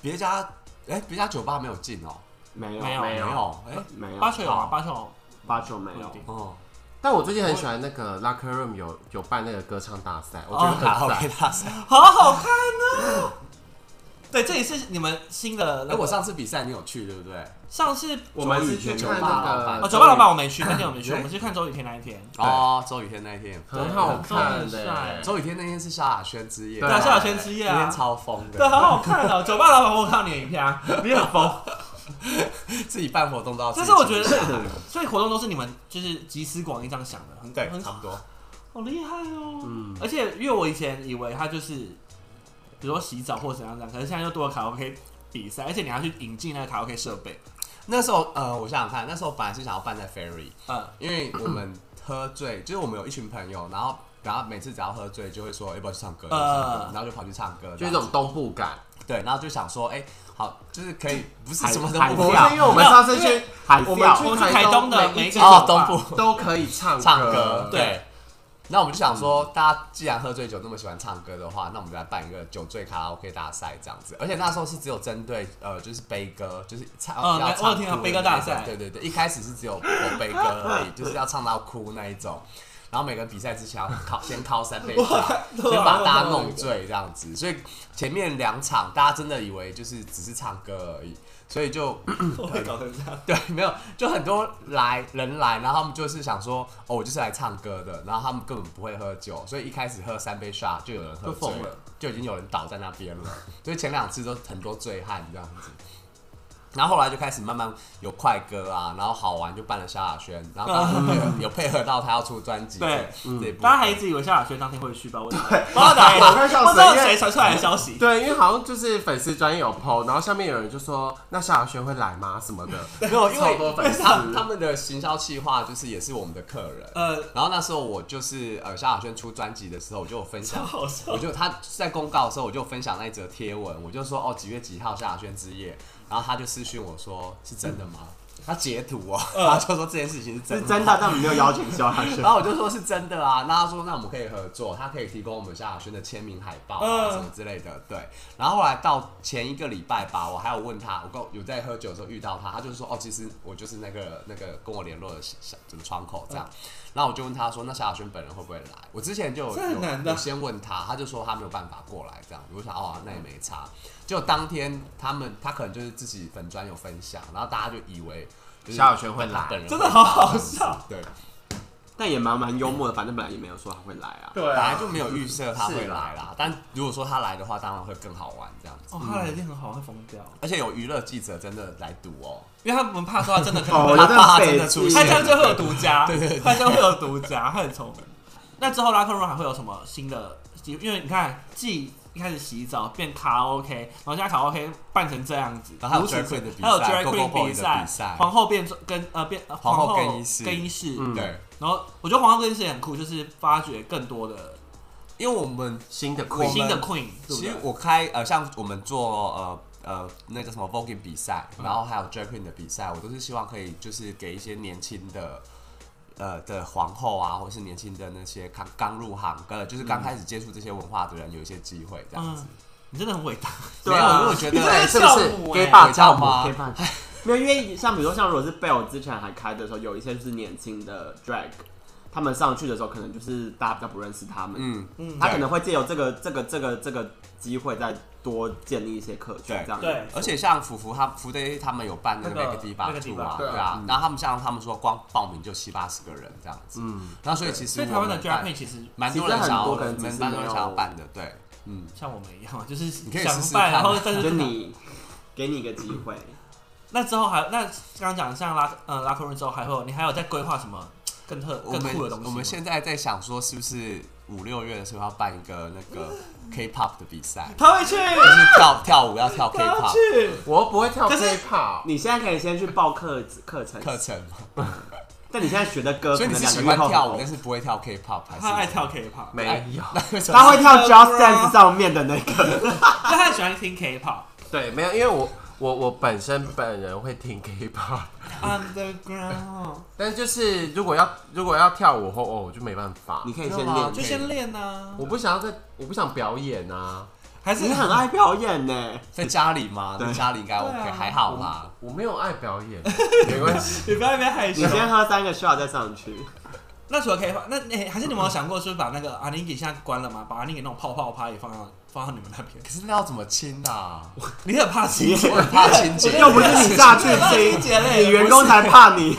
Speaker 4: 别家哎、别家酒吧没有进哦、
Speaker 3: 没有
Speaker 1: 没有
Speaker 3: 没
Speaker 4: 没
Speaker 3: 有
Speaker 4: 有哎、
Speaker 3: 没有，啊
Speaker 1: 八球有吗？八球有
Speaker 3: 八九没
Speaker 1: 不一
Speaker 3: 有，
Speaker 1: 定。
Speaker 4: 哦，
Speaker 2: 但我最近很喜欢那个 Locker Room 有有办那个歌唱大赛，我觉得
Speaker 4: 哦卡拉
Speaker 2: 很赞。
Speaker 4: OK 大赛。
Speaker 1: 好好看哦！ 对，这也是你们新的
Speaker 4: 哎、
Speaker 1: 那
Speaker 4: 我
Speaker 1: 个。
Speaker 4: 上次比赛你有去对不对？
Speaker 1: 上次
Speaker 3: 我们是
Speaker 2: 去
Speaker 3: 去
Speaker 2: 看
Speaker 3: 酒
Speaker 2: 那
Speaker 3: 吧
Speaker 2: 个
Speaker 3: 老
Speaker 1: 哦，
Speaker 3: 板，
Speaker 1: 酒吧老板我没去，那天我没去，
Speaker 4: 对
Speaker 1: 我们去看周雨天那一天。
Speaker 4: 哦，周雨天那一天，
Speaker 2: 很好看
Speaker 1: 对
Speaker 2: 的
Speaker 1: 很，
Speaker 4: 周雨天那天是萧亚轩之夜，
Speaker 2: 对
Speaker 1: 对啊，萧亚轩之夜
Speaker 4: 那
Speaker 1: 啊
Speaker 4: 天，超疯
Speaker 1: 对，好
Speaker 4: 的，
Speaker 1: 好看 哦。酒吧老板，我看到你的影片啊，你很疯。
Speaker 4: 自己办活动都要自
Speaker 1: 但
Speaker 4: 己
Speaker 1: 是
Speaker 4: 请
Speaker 1: 我
Speaker 4: 客。
Speaker 1: 觉得，所以活动都是你们就是集思广益这样想的，很
Speaker 4: 对，
Speaker 1: 很
Speaker 4: 差不多。
Speaker 1: 好厉害哦。而且因为我以前以为他就是，比如说洗澡或者怎样怎样，可是现在又多了卡拉 OK 比赛，而且你还要去引进那个卡拉 OK 设备，
Speaker 4: 那时候呃，我想想看，那时候本来是想要办在 Ferry，
Speaker 1: 嗯，
Speaker 4: 因为我们喝醉，就是我们有一群朋友，然后然后每次只要喝醉就会说要不要去唱歌，要不要去唱歌
Speaker 1: 嗯
Speaker 4: 然后就跑去唱歌，
Speaker 2: 就一
Speaker 4: 这样
Speaker 2: 种东部感。
Speaker 4: 对，然后就想说，哎、好，就是可以，不是
Speaker 3: 海
Speaker 4: 什么都
Speaker 3: 海
Speaker 4: 不
Speaker 2: 不是
Speaker 4: 要
Speaker 2: 因为我们上次
Speaker 1: 没有
Speaker 2: 去
Speaker 3: 海
Speaker 2: 我
Speaker 3: 啸
Speaker 2: 们
Speaker 1: 我们去
Speaker 2: 台
Speaker 1: 台
Speaker 2: 东
Speaker 1: 东的
Speaker 2: 每一
Speaker 1: 每一
Speaker 2: 次
Speaker 1: 个
Speaker 4: 哦
Speaker 1: 酒，
Speaker 4: 东
Speaker 1: 吧
Speaker 4: 部
Speaker 2: 都可以唱
Speaker 4: 唱歌，
Speaker 1: 对
Speaker 4: 对。那我们就想说，大家既然喝醉酒那么喜欢唱歌的话，那我们就来办一个酒醉卡拉 OK 大赛这样子。而且那时候是只有针对呃，就是悲歌，就是唱
Speaker 1: 哦
Speaker 4: 要
Speaker 1: 那
Speaker 4: 唱
Speaker 1: 我有听到
Speaker 4: 哭的
Speaker 1: 悲歌
Speaker 4: 那一
Speaker 1: 大
Speaker 4: 种
Speaker 1: 赛
Speaker 4: 对对对，一开始是只有我悲歌而已，就是要唱到哭那一种。然后每个比赛之前要考先考三杯
Speaker 1: 哇
Speaker 4: 酒，
Speaker 1: 对
Speaker 4: 先
Speaker 1: 啊
Speaker 4: 把
Speaker 1: 我
Speaker 4: 大家
Speaker 1: 懂
Speaker 4: 弄醉这样子。所以前面两场大家真的以为就是只是唱歌而已，所以就
Speaker 1: 我会搞成这样。
Speaker 4: 对，没有，就很多来人来，然后他们就是想说，哦，我就是来唱歌的，然后他们根本不会喝酒，所以一开始喝三杯 shot 就有人喝
Speaker 2: 就
Speaker 4: 醉
Speaker 2: 疯
Speaker 4: 了，就已经有人倒在那边了， 所以前两次都很多醉汉这样子。然后后来就开始慢慢有快歌啊，然后好玩就办了萧亚轩，然后当然有配 合有配合到他要出专辑，
Speaker 1: 对，
Speaker 4: 这一部
Speaker 1: 大家还一
Speaker 4: 分
Speaker 1: 直以为萧亚轩当天会去吧？我妈的，我
Speaker 2: 快笑死
Speaker 1: 不
Speaker 2: 了
Speaker 1: 知道
Speaker 2: 因为
Speaker 1: 谁传出来的消息。
Speaker 2: 对，因为好像就是粉丝专业有 PO，然后下面有人就说那萧亚轩会来吗什么的，
Speaker 4: 没有，因
Speaker 2: 超多
Speaker 4: 为
Speaker 2: 粉丝
Speaker 4: 他他们的行销企划就是也是我们的客人，
Speaker 1: 呃，
Speaker 4: 然后那时候我就是呃萧亚轩出专辑的时候，我就有分享
Speaker 1: 超好笑
Speaker 4: 我。就他在公告的时候，我就分享那一则贴文，我就说哦几月几号萧亚轩之夜，然后他就私讯我说是真的吗？他截图哦，然后就说这件事情是真
Speaker 3: 是
Speaker 4: 的。
Speaker 3: 真的，但我们没有邀请萧亚轩
Speaker 4: 然。后我就说是真的啊，那他说那我们可以合作，他可以提供我们萧亚轩的签名海报啊
Speaker 1: 嗯
Speaker 4: 什么之类的，对。然后后来到前一个礼拜吧，我还有问他，我跟我有在喝酒的时候遇到他，他就说哦，其实我就是那个那个跟我联络的小这个窗口这样。然后我就问他说，那萧亚轩本人会不会来？我之前就有
Speaker 1: 嗯这很
Speaker 4: 有
Speaker 1: 难的
Speaker 4: 有先问他，他就说他没有办法过来这样。我想哦，那也没差。就当天他们他可能就是自己粉专有分享，然后大家就以为就是
Speaker 2: 萧亚轩会来
Speaker 4: 本人
Speaker 1: 真的
Speaker 4: 会到
Speaker 1: 好好
Speaker 4: 这样子
Speaker 1: 笑，
Speaker 4: 对。
Speaker 3: 但也蛮蛮幽默的，反正本来也没有说他会来啊。
Speaker 2: 对
Speaker 4: 本来就没有预设他会
Speaker 2: 是啦
Speaker 4: 来啦，但如果说他来的话，当然会更好玩这样子。
Speaker 1: 哦，他来一定很好，会疯掉，
Speaker 4: 而且有娱乐记者真的来赌哦，
Speaker 1: 因为他们怕说他真的可
Speaker 3: 哦
Speaker 1: 能，
Speaker 4: 他
Speaker 3: 有
Speaker 4: 怕他
Speaker 3: 点
Speaker 4: 真的
Speaker 3: 北
Speaker 4: 出
Speaker 3: 京
Speaker 1: 他
Speaker 4: 现
Speaker 1: 这样就会有独家，
Speaker 4: 对对对
Speaker 1: 他这样会有独家，他很聪明。那之后拉克瑞还会有什么新的？因为你看，既一开始洗澡变卡拉 OK，然后现在卡拉 OK 办成这样子，
Speaker 4: 然后还有
Speaker 1: 如此
Speaker 4: drag queen 的比赛
Speaker 1: 还有 drag
Speaker 4: Go Go Go
Speaker 1: queen
Speaker 4: 的
Speaker 1: 比赛
Speaker 4: 比赛
Speaker 1: 皇后变跟呃变呃
Speaker 4: 皇后
Speaker 1: 后
Speaker 4: 更衣室
Speaker 1: 更衣室，
Speaker 2: 嗯
Speaker 4: 对，
Speaker 1: 然后我觉得皇后更衣室也很酷，就是发掘更多的
Speaker 4: 因为我们
Speaker 2: 新的
Speaker 4: 我们
Speaker 2: Queen
Speaker 1: 新的 queen，对不
Speaker 4: 其
Speaker 1: 对
Speaker 4: 实？我开呃，像我们做呃呃那个什么 voguing 比赛，然后还有 drag queen 的比赛，我都是希望可以就是给一些年轻的。呃的皇后啊，或是年轻的那些刚刚入行，呃，就是刚开始接触这些文化的人，有一些机会这样子
Speaker 1: 嗯。，你真的很伟大，
Speaker 4: 没
Speaker 2: 啊
Speaker 4: 有，因为我觉
Speaker 1: 你真的
Speaker 4: 得
Speaker 2: 哎是不是
Speaker 1: 教母欸
Speaker 2: gay bar
Speaker 4: 你知道
Speaker 2: 教母
Speaker 4: 吗
Speaker 2: gay bar？
Speaker 3: 没有，因为像比如说像如果是贝尔之前还开的时候，有一些就是年轻的 drag，他们上去的时候可能就是大家比较不认识他们，
Speaker 4: 嗯，
Speaker 1: 嗯
Speaker 3: 他可能会借由这个这个这个这个机会再多建立一些客群
Speaker 4: 对
Speaker 3: 这样子。
Speaker 1: 对
Speaker 4: 而且像福福他福 day 他们有办那个
Speaker 1: 那个
Speaker 4: Make d i v a
Speaker 1: 那个
Speaker 4: t
Speaker 1: Diva，
Speaker 4: 啊，
Speaker 2: 对
Speaker 4: 对
Speaker 2: 啊
Speaker 1: 嗯
Speaker 4: 啊，然后他们像他们说光报名就七八十个人这样子，嗯，那所以其实
Speaker 1: 所以台
Speaker 4: 我
Speaker 1: 湾的
Speaker 4: 们
Speaker 1: drag
Speaker 4: 办
Speaker 1: queen 其实
Speaker 4: 蛮多人想
Speaker 3: 其实很
Speaker 4: 要，
Speaker 3: 多可能只是
Speaker 4: 蛮多人
Speaker 3: 没有
Speaker 4: 想要办的，对，嗯，
Speaker 1: 像我们一样，就是
Speaker 4: 你可以
Speaker 1: 想
Speaker 4: 试试
Speaker 1: 办，
Speaker 4: 看
Speaker 1: 然
Speaker 4: 啊
Speaker 1: 后但是
Speaker 3: 就
Speaker 1: 不敢
Speaker 3: 你给你一个机会，
Speaker 1: 那之后还那刚刚讲像拉呃拉克润之后，还会有你还有在规划什么更特
Speaker 4: 我
Speaker 1: 更
Speaker 4: 们
Speaker 1: 酷的东西吗
Speaker 4: 我们现在在想说是不是五六月的时候要办一个那 个 K-pop 的比赛，
Speaker 1: 他会去，
Speaker 4: 就是跳跳舞要跳
Speaker 1: 他要
Speaker 4: K-pop
Speaker 1: 去，
Speaker 2: 我又不会跳
Speaker 1: 可是
Speaker 2: K-pop，
Speaker 3: 你现在可以先去报课课程，
Speaker 4: 课程嘛，
Speaker 3: 但你现在学的歌，
Speaker 4: 所以你
Speaker 3: 可
Speaker 4: 是
Speaker 3: 能
Speaker 4: 喜
Speaker 3: 两
Speaker 4: 欢
Speaker 3: 个月后
Speaker 4: 跳舞，但是不会跳 K-pop，还是
Speaker 1: 他爱跳 K-pop，
Speaker 2: 没有，
Speaker 4: K，
Speaker 3: 他会 跳 Just
Speaker 1: 对啊
Speaker 3: Dance 上面的那个，
Speaker 1: 但他很喜欢听 K-pop。
Speaker 2: 对，没有，因为我我我本身本人会听 K-pop，
Speaker 1: Underground，
Speaker 2: 但就是如果要如果要跳舞后哦，我就没办法
Speaker 3: 你，可以先
Speaker 4: 干嘛
Speaker 3: 练，
Speaker 1: 就先练呐
Speaker 2: 我。不想要再，我不想表演啊，
Speaker 1: 还是
Speaker 3: 你很爱表演呢，
Speaker 4: 在家里吗？在家里应该 OK，
Speaker 1: 对啊
Speaker 4: 还好啦。
Speaker 2: 我没有爱表演，没关系，
Speaker 1: 你不要在那边害羞
Speaker 3: 你。先喝三个 shot 再上去。
Speaker 1: 那除了 K-pop，那诶、还是你们有想过，就是把那个阿尼给现在关了吗？把阿尼给那种泡泡趴也放到放到你们那 边？
Speaker 4: 可是那要怎么亲啊？
Speaker 1: 你很怕亲
Speaker 4: 我很怕亲 姐，
Speaker 3: 又不是你下去
Speaker 1: 清洁
Speaker 3: 亲，
Speaker 1: 类，
Speaker 3: 你员工才怕你。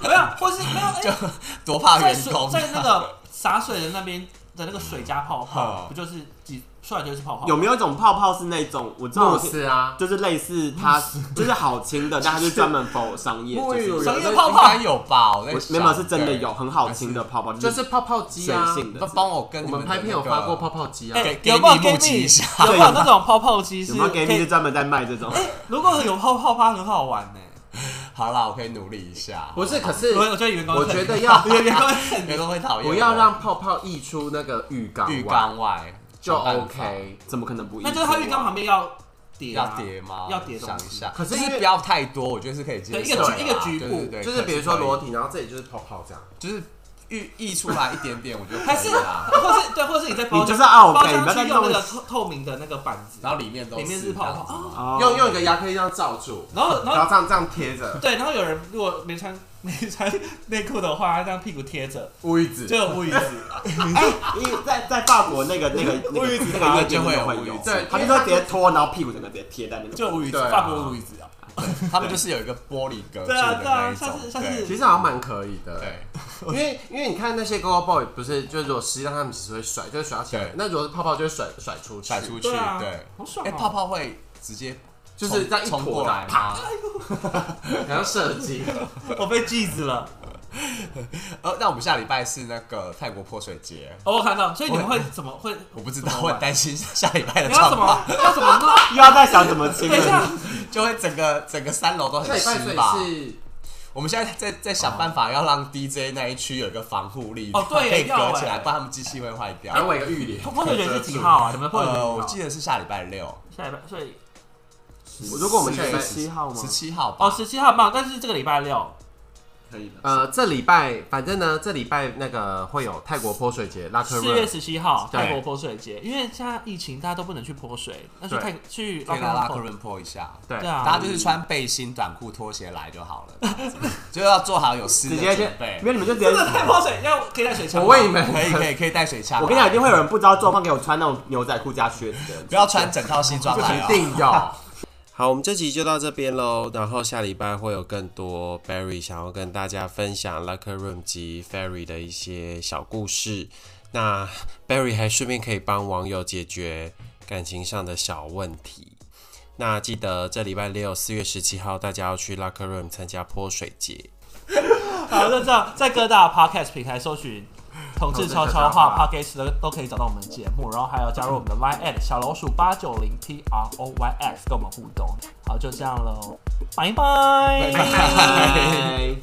Speaker 1: 没有，或是 没有诶、
Speaker 4: 多怕
Speaker 1: 在
Speaker 4: 员
Speaker 1: 水
Speaker 4: 工。
Speaker 1: 在那 个洒水的那边的那个水加泡泡，
Speaker 4: 嗯
Speaker 1: 不就是几出来就是泡泡？
Speaker 3: 有没有一种泡泡是那种我知道
Speaker 2: 牧
Speaker 3: 我听，
Speaker 2: 师啊，
Speaker 3: 就是类似 它就是好清的，但它就专门 for 商业，
Speaker 2: 沐
Speaker 3: 就
Speaker 2: 浴乳
Speaker 3: 是
Speaker 1: 商业
Speaker 4: 那
Speaker 1: 泡泡
Speaker 4: 应该有吧？我在
Speaker 3: 我
Speaker 4: 想
Speaker 3: 没有是真的
Speaker 4: 对
Speaker 3: 有很好清的泡泡，
Speaker 2: 就
Speaker 3: 就是
Speaker 2: 是泡泡机啊
Speaker 3: 水，性的
Speaker 4: 帮。帮我跟
Speaker 2: 我
Speaker 4: 你
Speaker 2: 们
Speaker 4: 的
Speaker 2: 拍片有
Speaker 4: 那个
Speaker 2: 发过泡泡机啊，
Speaker 1: 诶
Speaker 4: 给
Speaker 1: 哎有没有
Speaker 4: 给你
Speaker 1: gay
Speaker 4: 募集一下
Speaker 1: 有没有那种泡泡机是
Speaker 3: 有没有 gay
Speaker 1: 可
Speaker 3: 蜜就
Speaker 1: 以？
Speaker 3: 专门在卖这种？
Speaker 1: 如果有泡泡趴很好玩呢、
Speaker 4: 好啦，我可以努力一下。
Speaker 2: 不是，可是
Speaker 1: 我我觉得员工
Speaker 2: 我
Speaker 1: 很
Speaker 2: 觉得 要
Speaker 1: 员员工很
Speaker 4: 员工会讨厌我，
Speaker 2: 不要让泡泡溢出那个浴缸
Speaker 4: 浴
Speaker 2: 外
Speaker 4: 缸外
Speaker 2: 就
Speaker 4: 想办法
Speaker 2: OK。啊
Speaker 3: 怎么可能不？
Speaker 1: 那就是他浴缸旁。边要叠、
Speaker 4: 要
Speaker 1: 啊，
Speaker 4: 叠吗？
Speaker 1: 要叠
Speaker 4: 想
Speaker 1: 东
Speaker 4: 一
Speaker 1: 西
Speaker 4: 下，
Speaker 2: 可是
Speaker 4: 就
Speaker 2: 因为
Speaker 4: 不要太多，我觉得是可以接受的啦。
Speaker 1: 对一个局一个局部
Speaker 4: 对对对
Speaker 2: 就是比如说
Speaker 4: 可以
Speaker 2: 裸体，然后这里就是泡泡这样。
Speaker 4: 就是溢溢出来一点点，我觉得
Speaker 1: 还
Speaker 4: 可
Speaker 1: 是
Speaker 4: 以啦。
Speaker 1: 或是对，或是你在包
Speaker 3: 你就是奥
Speaker 1: 包
Speaker 3: 北你不要
Speaker 1: 厢
Speaker 3: 再
Speaker 1: 区用
Speaker 3: 弄
Speaker 1: 那个
Speaker 3: 了
Speaker 1: 透透明的那个板子，
Speaker 4: 然后里面都
Speaker 1: 里面是泡泡啊
Speaker 4: 这样子
Speaker 3: 哦
Speaker 2: 用用一个牙科这样罩住，
Speaker 1: 然后然
Speaker 2: 然
Speaker 1: 后
Speaker 2: 后这样这样贴 着
Speaker 1: 对，然后有人如果没穿 没穿内裤的话，他这样屁股贴着
Speaker 2: 乌鱼子
Speaker 1: 就。有乌鱼子，
Speaker 4: 啊
Speaker 3: 哎，因为在在法国那个那个那个那个夜店会
Speaker 4: 乌鱼
Speaker 3: 有
Speaker 4: 子，
Speaker 2: 对
Speaker 3: 他就说直接脱，然后屁股整个直接贴在那个。
Speaker 1: 就有乌鱼子，
Speaker 2: 对啊
Speaker 1: 法国有乌鱼子啊。
Speaker 4: 他们就是有一个玻璃隔住
Speaker 1: 对啊
Speaker 4: 的
Speaker 1: 对啊
Speaker 4: 那一
Speaker 1: 像
Speaker 4: 种
Speaker 1: 是，像是
Speaker 4: 对
Speaker 2: 其实好像蛮可以的，
Speaker 4: 对，
Speaker 2: 因为因为你看那些 g o g o boy 不是，就是如果实际上他们其实会甩，就会甩到起来
Speaker 4: 对。
Speaker 2: 那如果是泡泡，就会甩甩出去，
Speaker 4: 甩出去，
Speaker 1: 对啊，
Speaker 4: 对，
Speaker 1: 好爽
Speaker 4: 哎，
Speaker 1: 哦
Speaker 4: 泡泡会直接
Speaker 2: 就是这样一
Speaker 4: 冲冲
Speaker 2: 坨
Speaker 4: 过来吗？
Speaker 2: 然后射 击。
Speaker 1: 我被记死了。
Speaker 4: 呃，那我们下礼拜是那个泰国泼水节，
Speaker 1: 哦，我看到，所以你们会怎么 会？
Speaker 4: 我不知
Speaker 1: 怎
Speaker 4: 道，
Speaker 1: 么
Speaker 4: 我
Speaker 1: 办
Speaker 4: 很担心下礼拜的
Speaker 1: 你要
Speaker 4: 状
Speaker 1: 怎
Speaker 4: 况，
Speaker 1: 么要怎么 弄？
Speaker 3: 又要在想怎么亲
Speaker 1: 等一下
Speaker 3: 了。，
Speaker 4: 就会整个整个三楼都
Speaker 2: 下礼拜
Speaker 4: 很湿吧。
Speaker 2: 所以
Speaker 4: 我们现在在在想办法，要让 DJ 那一区有一个防护力，
Speaker 1: 哦对
Speaker 4: 可以
Speaker 1: 要
Speaker 4: 隔起来，
Speaker 1: 哎
Speaker 4: 不然他们机器会坏
Speaker 2: 是
Speaker 4: 掉。
Speaker 2: 还我一个浴帘，
Speaker 1: 碰碰的人是几号啊？你们碰的人
Speaker 4: 呃，我
Speaker 1: 几
Speaker 4: 记得是下礼拜六，
Speaker 1: 号？下一拜，所以
Speaker 2: 如果我们
Speaker 4: 十
Speaker 2: 下礼拜
Speaker 3: 七号吗
Speaker 4: 十？七号吧。
Speaker 1: 哦，十七号嘛，但是这个礼拜六，
Speaker 3: 可以的。
Speaker 2: 呃，这礼拜反正呢，这礼拜那个会有泰国泼水节拉克
Speaker 1: 四月
Speaker 2: 热，
Speaker 1: 十七号
Speaker 4: 对
Speaker 1: 泰国泼水节，因为现在疫情，大家都不能去泼水，那去
Speaker 2: 对
Speaker 1: 泰去
Speaker 4: 可以来拉克
Speaker 1: 泼
Speaker 4: 润坡一下，
Speaker 2: 对
Speaker 1: 对啊，
Speaker 4: 大家就是穿背心、短裤、拖鞋来就好了，这样子就要做好有湿
Speaker 3: 直
Speaker 4: 的
Speaker 3: 接就
Speaker 4: 准备
Speaker 3: 没。有你们就直接
Speaker 1: 真。的太泼水要可以带水枪
Speaker 2: 我
Speaker 1: 吗，
Speaker 2: 为你们
Speaker 4: 可以可以可以带水枪，
Speaker 3: 我跟你讲，一定会有人不知道状况，给我穿那种牛仔裤加靴子的。
Speaker 4: 不要穿整套西装来
Speaker 2: 一
Speaker 4: 哦。
Speaker 2: 定要。好，我们这集就到这边喽。然后下礼拜会有更多 Barry 想要跟大家分享 Locker Room 及 Ferry 的一些小故事。那 Barry 还顺便可以帮网友解决感情上的小问题。那记得这礼拜六四月十七号，大家要去 Locker Room 参加泼水节。
Speaker 1: 好，就这样，在各大 podcast 平台搜寻“同志悄悄话 ”podcast 都都可以找到我们的节目，然后还有加入我们的 line at 小老鼠八九零 t r o y x 跟我们互动。好，就这样喽，拜拜。
Speaker 4: 拜拜
Speaker 3: 拜。